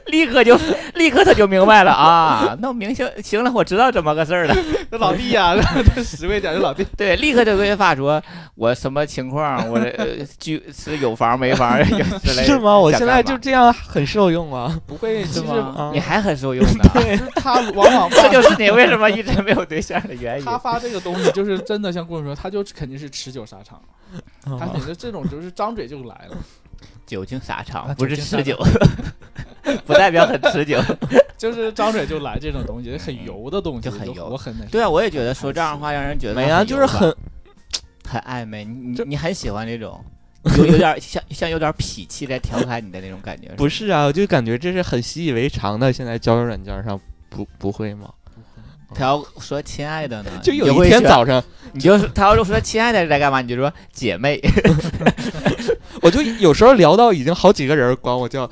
F: 立刻就立刻他就明白了啊！那明星行了，我知道怎么个事儿了。
C: 这老弟啊呀、这实惠点，这老弟，
F: 对，立刻就跟发说，我什么情况，我这呃居是有房没房之类的。
A: 是吗？我
F: 想
A: 现在
F: 干
A: 就
F: 嘛
A: 这样很受用啊！
C: 不会，其
B: 是
C: 实
B: 吗
A: 啊
B: 你还很受用呢。
C: 就是他往往
F: 这
C: 发
F: 就是你为什么一直没有对象的原因。
C: 他发这个东西，就是真的像顾总说，他就肯定是持久沙场，
F: 嗯
C: 他
A: 啊
C: 肯定这种就是张嘴就来了。
B: 酒精沙场
C: 啊
B: 不是
C: 酒精
B: 持
C: 沙
B: 久， 不代表很持久。
C: 就是张嘴就来这种东西，很油的东西，
B: 就很油
C: 我很 那
B: 对啊，我也觉得说这样的话让人觉得
A: 没啊，就是
B: 油吧
A: 很
B: 很暧昧，你你
A: 这
B: 你很喜欢这 种，有有点像像有点痞气在调侃你的那种感觉。
A: 不
B: 是
A: 是啊，我就感觉这是很习以为常的。现在交友软件上不不会吗？
B: 吧，他要说亲爱的呢，
A: 就
B: 你
A: 有
B: 会
A: 一天
B: 觉得
A: 早上，
B: 你就是他要是说亲爱的在干嘛，你就说姐妹，
A: 我就有时候聊到已经好几个人管我叫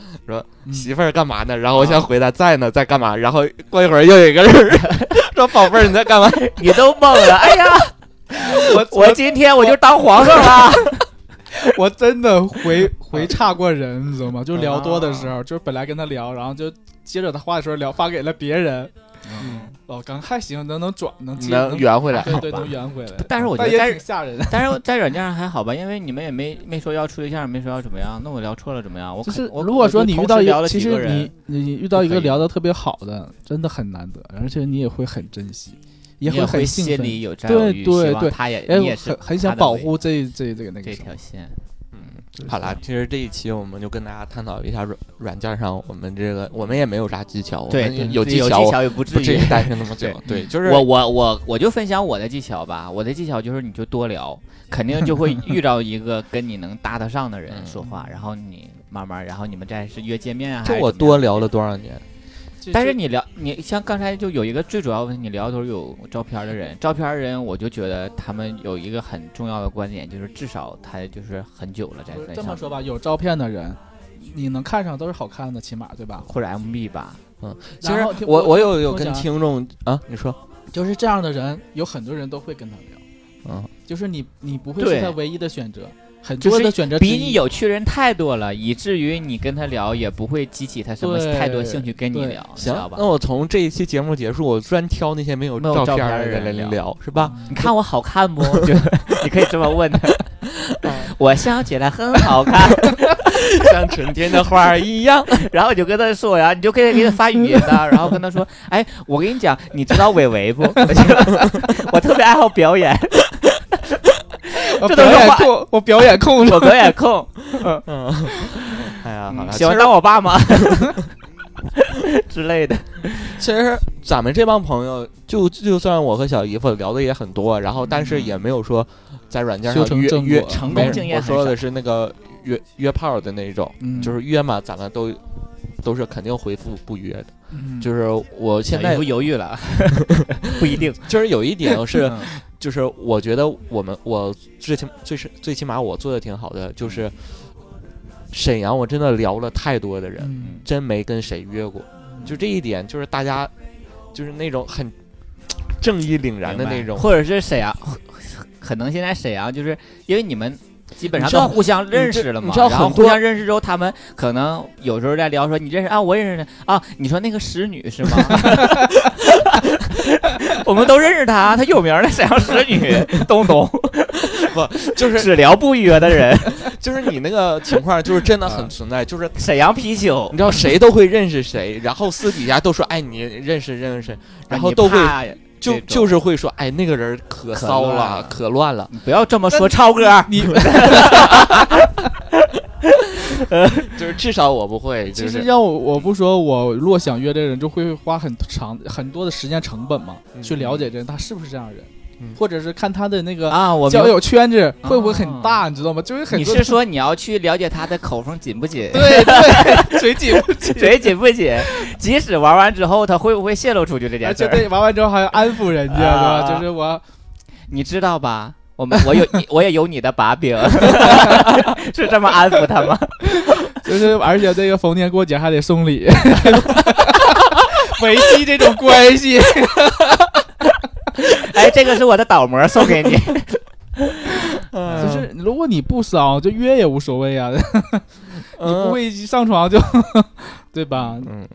A: 媳妇儿干嘛呢？然后我想回答在呢，在干嘛？然后过一会儿 又有一个人说宝贝儿你在干嘛？
F: 你都懵了，哎呀，
C: 我
F: 我今天我就当皇上了。
C: 我 真的回回差过人，你知道吗？就聊多
B: 啊
C: 的时候，就是本来跟他聊，然后就接着他话的时候聊发给了别人。
A: 嗯
C: 老刚还行，能能转能接
A: 能圆回来
C: 对
A: 好
C: 对，
A: 吧
C: 能？圆回来。
B: 但是我觉得
C: 但也
B: 在
C: 挺吓人，
B: 但是在软件上还好吧，因为你们也没没说要处对象，没说要怎么样，那我聊错了怎么样？我
C: 就
B: 可
C: 是
B: 我
C: 如果说你遇到
B: 一
C: 一
B: 聊了
C: 其
B: 几个
C: 实你
B: 人，
C: 你你遇到一
B: 可
C: 个
B: 以
C: 聊的特别好的，真的很难得，而且你也会很珍惜，
B: 你
C: 会
B: 会
C: 很兴
B: 心
C: 奋，
B: 里有占
C: 对
B: 有欲，
C: 对
B: 希望
C: 对
B: 他也
C: 哎，
B: 你也
C: 我
B: 是
C: 很很想
B: 他的
C: 保
B: 位
C: 护这这这个那个
B: 这
C: 什么
B: 条。线。
C: 就是
A: 好啦，其实这一期我们就跟大家探讨一下软软件上我们这个，我们也没有啥技巧，我
B: 对，
A: 们
B: 有
A: 有技
B: 有
A: 巧，
B: 技巧也不
A: 不
B: 至
A: 至
B: 于
A: 于。单身那么久。对，就是
B: 我我我我就分享我的技巧吧，我的技巧就是你就多聊，肯定就 会遇到一个跟你能搭得上的人
A: 嗯
B: 说话，然后你慢慢，然后你们再是约见面啊。
A: 就
B: 还是
A: 我
B: 怎么
A: 多
B: 样，
A: 聊了多少年？
C: 这
B: 但
C: 这
B: 是你聊你像刚才就有一个最主要的问题，你聊的时候有照片的人，照片的人我就觉得他们有一个很重要的观点，就是至少他就是很久了在
C: 不是
B: 在
C: 这
B: 上
C: 么
B: 面
C: 说吧，有照片的人，你能看上都是好看的，起码对吧？
B: 或者 MB 吧，
A: 其实
C: 然后听
A: 我我有有
C: 听
A: 跟
C: 我讲
A: 听众啊，你说，
C: 就是这样的人，有很多人都会跟他聊，
A: 嗯，
C: 就是你你不会
B: 对
C: 是他唯一的选择，很
B: 就
C: 多
B: 是
C: 的选择
B: 比
C: 之
B: 你
C: 一
B: 有趣人太多了，以至于你跟他聊也不会激起他什么
C: 对
B: 太多兴趣跟你
C: 对
B: 聊，知
A: 行
B: 道，吧
A: 那？我从这一期节目结束，我专挑那些没有
B: 没有
A: 片
B: 照片
A: 儿的
B: 的人
A: 人来
B: 聊
A: 聊，是吧？
C: 嗯
B: 你看我好看 不？就你可以这么问他。
C: 啊
B: 我笑起来很好看，
A: 像春天的花儿一 样。
B: 然后我就跟他说，然后你就可以给他发语音呐、 然后跟他说，哎，我跟你讲，你知道伟伟不？ 我特别爱好表 演，
C: 我
B: 这都
C: 呃表
B: 是
C: 演
B: 话
C: 控，我表演控
B: 我表演 控，嗯
A: 嗯， 哎呀，好了，
B: 喜欢当我爸妈 之类的。
A: 其实咱们这帮朋友，就就算我和小姨夫聊的也很多，啊然后但是也没有说在软件
C: 修
A: 上
C: 成
A: 约
C: 正
A: 约
C: 果
B: 成
A: 没
B: 功
A: 人
B: 经验
A: 我
B: 很少
A: 说的是那个约约炮的那种，
C: 嗯
A: 就是约嘛，咱们都都是肯定回复不约的。
C: 嗯
A: 就是我现
B: 小姨
A: 在
B: 夫犹豫 了，不一定
A: 就是有一 点是，
B: 嗯
A: 就是我觉得我们我最起最是最起码我做的挺好的，就是沈阳我真的聊了太多的人，
C: 嗯
A: 真没跟谁约过，
B: 嗯
A: 就这一点，就是大家就是那种很正义凛然的那
B: 明白
A: 种，
B: 或者是沈阳，可能现在沈阳就是因为你们基本上
A: 你知道
B: 都互相认识了
A: 你
B: 嘛，
A: 知道
B: 然后
A: 很多
B: 互相认识之后，他们可能有时候在聊说你认识啊，我也认识啊，你说那个使女 是吗？ 我们都认识她，她有名儿的沈阳使女东东，
A: 就是
B: 只聊不约的人，
A: 就是你那个情况，就是真的
B: 嗯
A: 很存在，就是
B: 沈阳貔貅
A: 你，知道谁都会认识谁，然后私底下都说哎你认识认识，然后
B: 哎你
A: 都会
B: 怕
A: 就
B: 这种
A: 就是会说哎那个人可
B: 可
A: 骚
B: 乱
A: 了，
B: 了
A: 可乱了，
B: 你不要这么说，超哥，
C: 你
A: 就是至少我不会，就
C: 其实
A: 是
C: 要我我不说，我若想约这个人，就会花很长很多的时间成本嘛，
A: 嗯
C: 去了解这人他是不是这样的人，
A: 嗯
C: 或者是看他的那个
B: 啊，我
C: 交
B: 明
C: 友圈子会不会很大，你知道吗？就是很
B: 你
C: 多，
B: 是说你要去了解他的口风紧不紧
C: 对对嘴紧不 紧，
B: 嘴紧不紧，即使玩完之后他会不会泄露出去这
C: 而
B: 件事
C: 且
B: 儿？
C: 啊对完完之后还要安抚人家，对
B: 啊
C: 吧？就是我
B: 你知道吧？我们我有你我也有你的把柄，是这么安抚他吗？
C: 就是，而且这个逢年过节还得送礼，维系这种关系。
B: 哎，这个是我的倒模送给你。嗯
C: 就是如果你不骚，就约也无所谓啊，你
B: 嗯
C: 不会一上床就，对吧？
A: 嗯，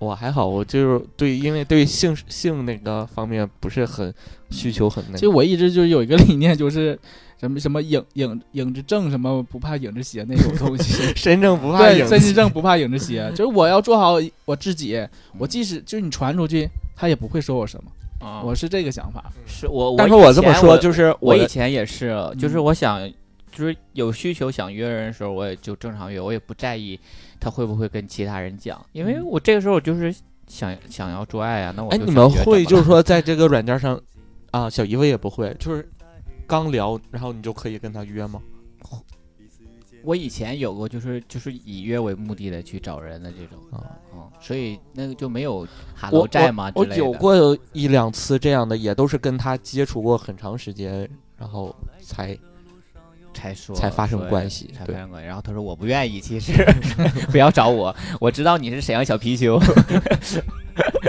A: 我还好，我就是对，因为对性性那个方面不是很需求很那
C: 其实
A: 个。。
C: 我一直就是有一个理念，就是什么什么影影影子正，什么不怕影子斜那种东西
A: 身正不怕
C: 对，
A: 影
C: 身
A: 子
C: 子正不怕影子斜，就是我要做好我自己，我即使就是你传出去，他也不会说我什么。
B: 哦
C: 我是这个想法。
B: 是我，
A: 但是
B: 我
A: 我
B: 以
A: 这么
B: 前
A: 说，
B: 我
A: 就是
B: 我以
A: 的
B: 前也是，就是我想，就是有需求想约人的时候，我也就正常约，我也不在意他会不会跟其他人讲，因为我这个时候我就是想想要做爱啊。那我
A: 哎，
B: 就
A: 你
B: 想
A: 们
B: 约
A: 会
B: 这么
A: 就是说在这个软件上啊，小姨夫也不会，就是刚聊，然后你就可以跟他约吗？
B: 我以前有过，就是就是以约为目的的去找人的这种，
A: 啊
B: 嗯，所以那个就没有哈
A: 我
B: 喽
A: 我
B: 债嘛之
A: 我
B: 类的。
A: 有过一两次这样的，也都是跟他接触过很长时间，然后才
B: 才说
A: 才发生
B: 说
A: 关系
B: 才
A: 对
B: 发生关系。然后他说我不愿意，其实 不要找我，我知道你是沈阳小 貔貅。
A: 哦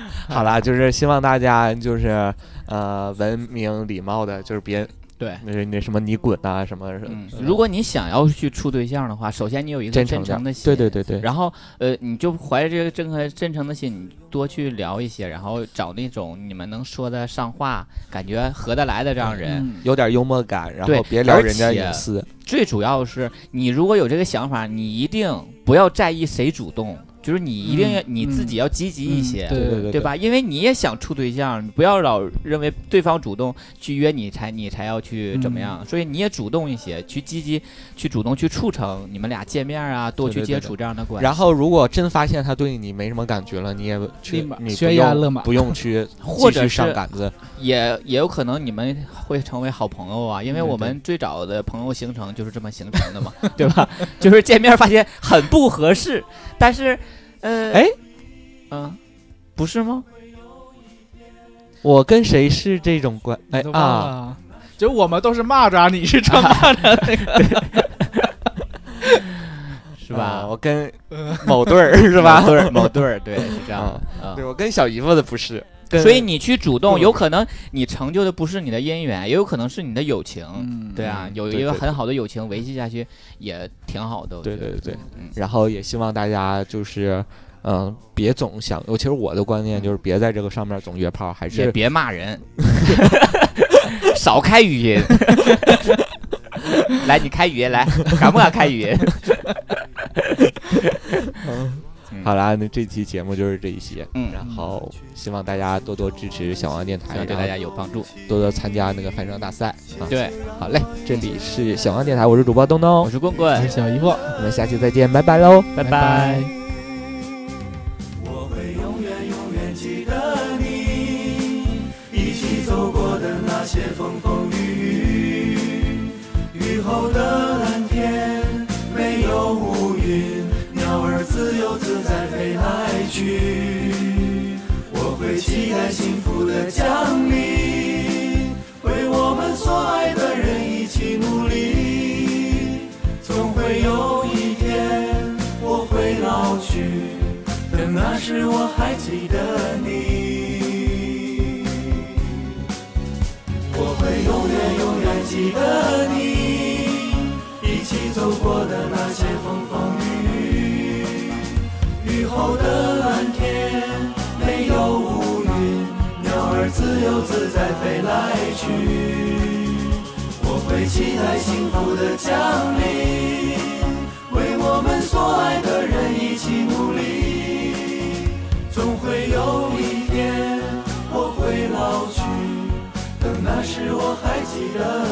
A: 好啦，就是希望大家就是呃文明礼貌的，就是别
B: 对，
A: 那是那什么你滚啊什么，
B: 嗯，
A: 呃
B: 如果你想要去处对象的话，首先你有一个
A: 真
B: 真
A: 诚
B: 诚
A: 点
B: 的
A: 儿
B: 心，
A: 对对对对，
B: 然后呃，你就怀着这个真和真诚的心，你多去聊一些，然后找那种你们能说得上话、感觉合得来的这样人。
C: 嗯，
A: 有点幽默感，然
B: 对
A: 后别聊
B: 而
A: 人家
B: 且
A: 隐私，
B: 最主要是，你如果有这个想法，你一定不要在意谁主动，就是你一定要、
C: 嗯
B: 你自己要积极一些。
C: 嗯对
A: 对对
B: 对吧？因为你也想处对象，你不要老认为对方主动去约你才你才要去怎么样，所以你也主动一些，去积极去主动去促成你们俩见面啊，多
A: 对
B: 去
A: 对
B: 接
A: 对
B: 触这样的关系，
A: 然后，如果真发现他对你没什么感觉了，你也去
C: 立马
A: 你不
C: 悬崖
A: 用
C: 勒马
A: 不用去
B: 或者
A: 继续
B: 是
A: 上杆子。
B: 也也有可能你们会成为好朋友啊，因为
A: 嗯对
B: 我们最早的朋友形成就是这么形成的嘛，对吧？ 就是见面发现很不合适，但是，呃，
A: 哎，
B: 嗯、不是吗？
A: 我跟谁是这种关？哎
C: 都忘
A: 啊，
C: 了，就我们都是蚂蚱，你是成蚂蚱那个。
B: 是吧
A: 啊？我跟
C: 嗯
A: 某对儿是吧？哦
B: 某 对儿，某对儿，对，是这样
A: 啊
B: 的。嗯
A: 对，我跟小姨夫的不是，跟
B: 所以你去主动，
A: 嗯
B: 有可能你成就的不是你的姻缘，也有可能是你的友情。
C: 嗯
B: 对啊，
A: 嗯
B: 有
A: 对
B: 一个
A: 对
B: 很好的友情维系下去也挺好的。我
A: 对
B: 觉得
A: 对对对，
B: 嗯，
A: 然后也希望大家就是。嗯，别总想，尤其是我的观念就是别在这个上面总约炮，还
B: 嗯也
A: 是
B: 别骂人， 少开语 音。来，你开语音来，敢不敢开 语音？嗯
A: 好啦。那这期节目就是这一些，
B: 嗯
A: 然后希望大家多多支持小王电台
B: 希，望对
A: 然
B: 大
A: 后
B: 家有帮助。
A: 多多参加那个翻唱大赛啊。
B: 对，
A: 好嘞，这里是小王电台，我是主播东东
B: 我，是棍棍
C: 是，小姨夫。
A: 我们下期再见，拜拜喽。
B: 拜拜
C: 拜拜。
F: 我会永远永远记得你，一起走过的那些风风雨雨。雨后的蓝天没有乌云，鸟儿自由自在飞来去。我会期待幸福的降临，为我们所爱的人一起努力。总会有一天我会老去，但那时我还记得你。我会永远永远记得自在飞来去。我会期待幸福的降临，为我们所爱的人一起努力。总会有一天我会老去，等那时我还记得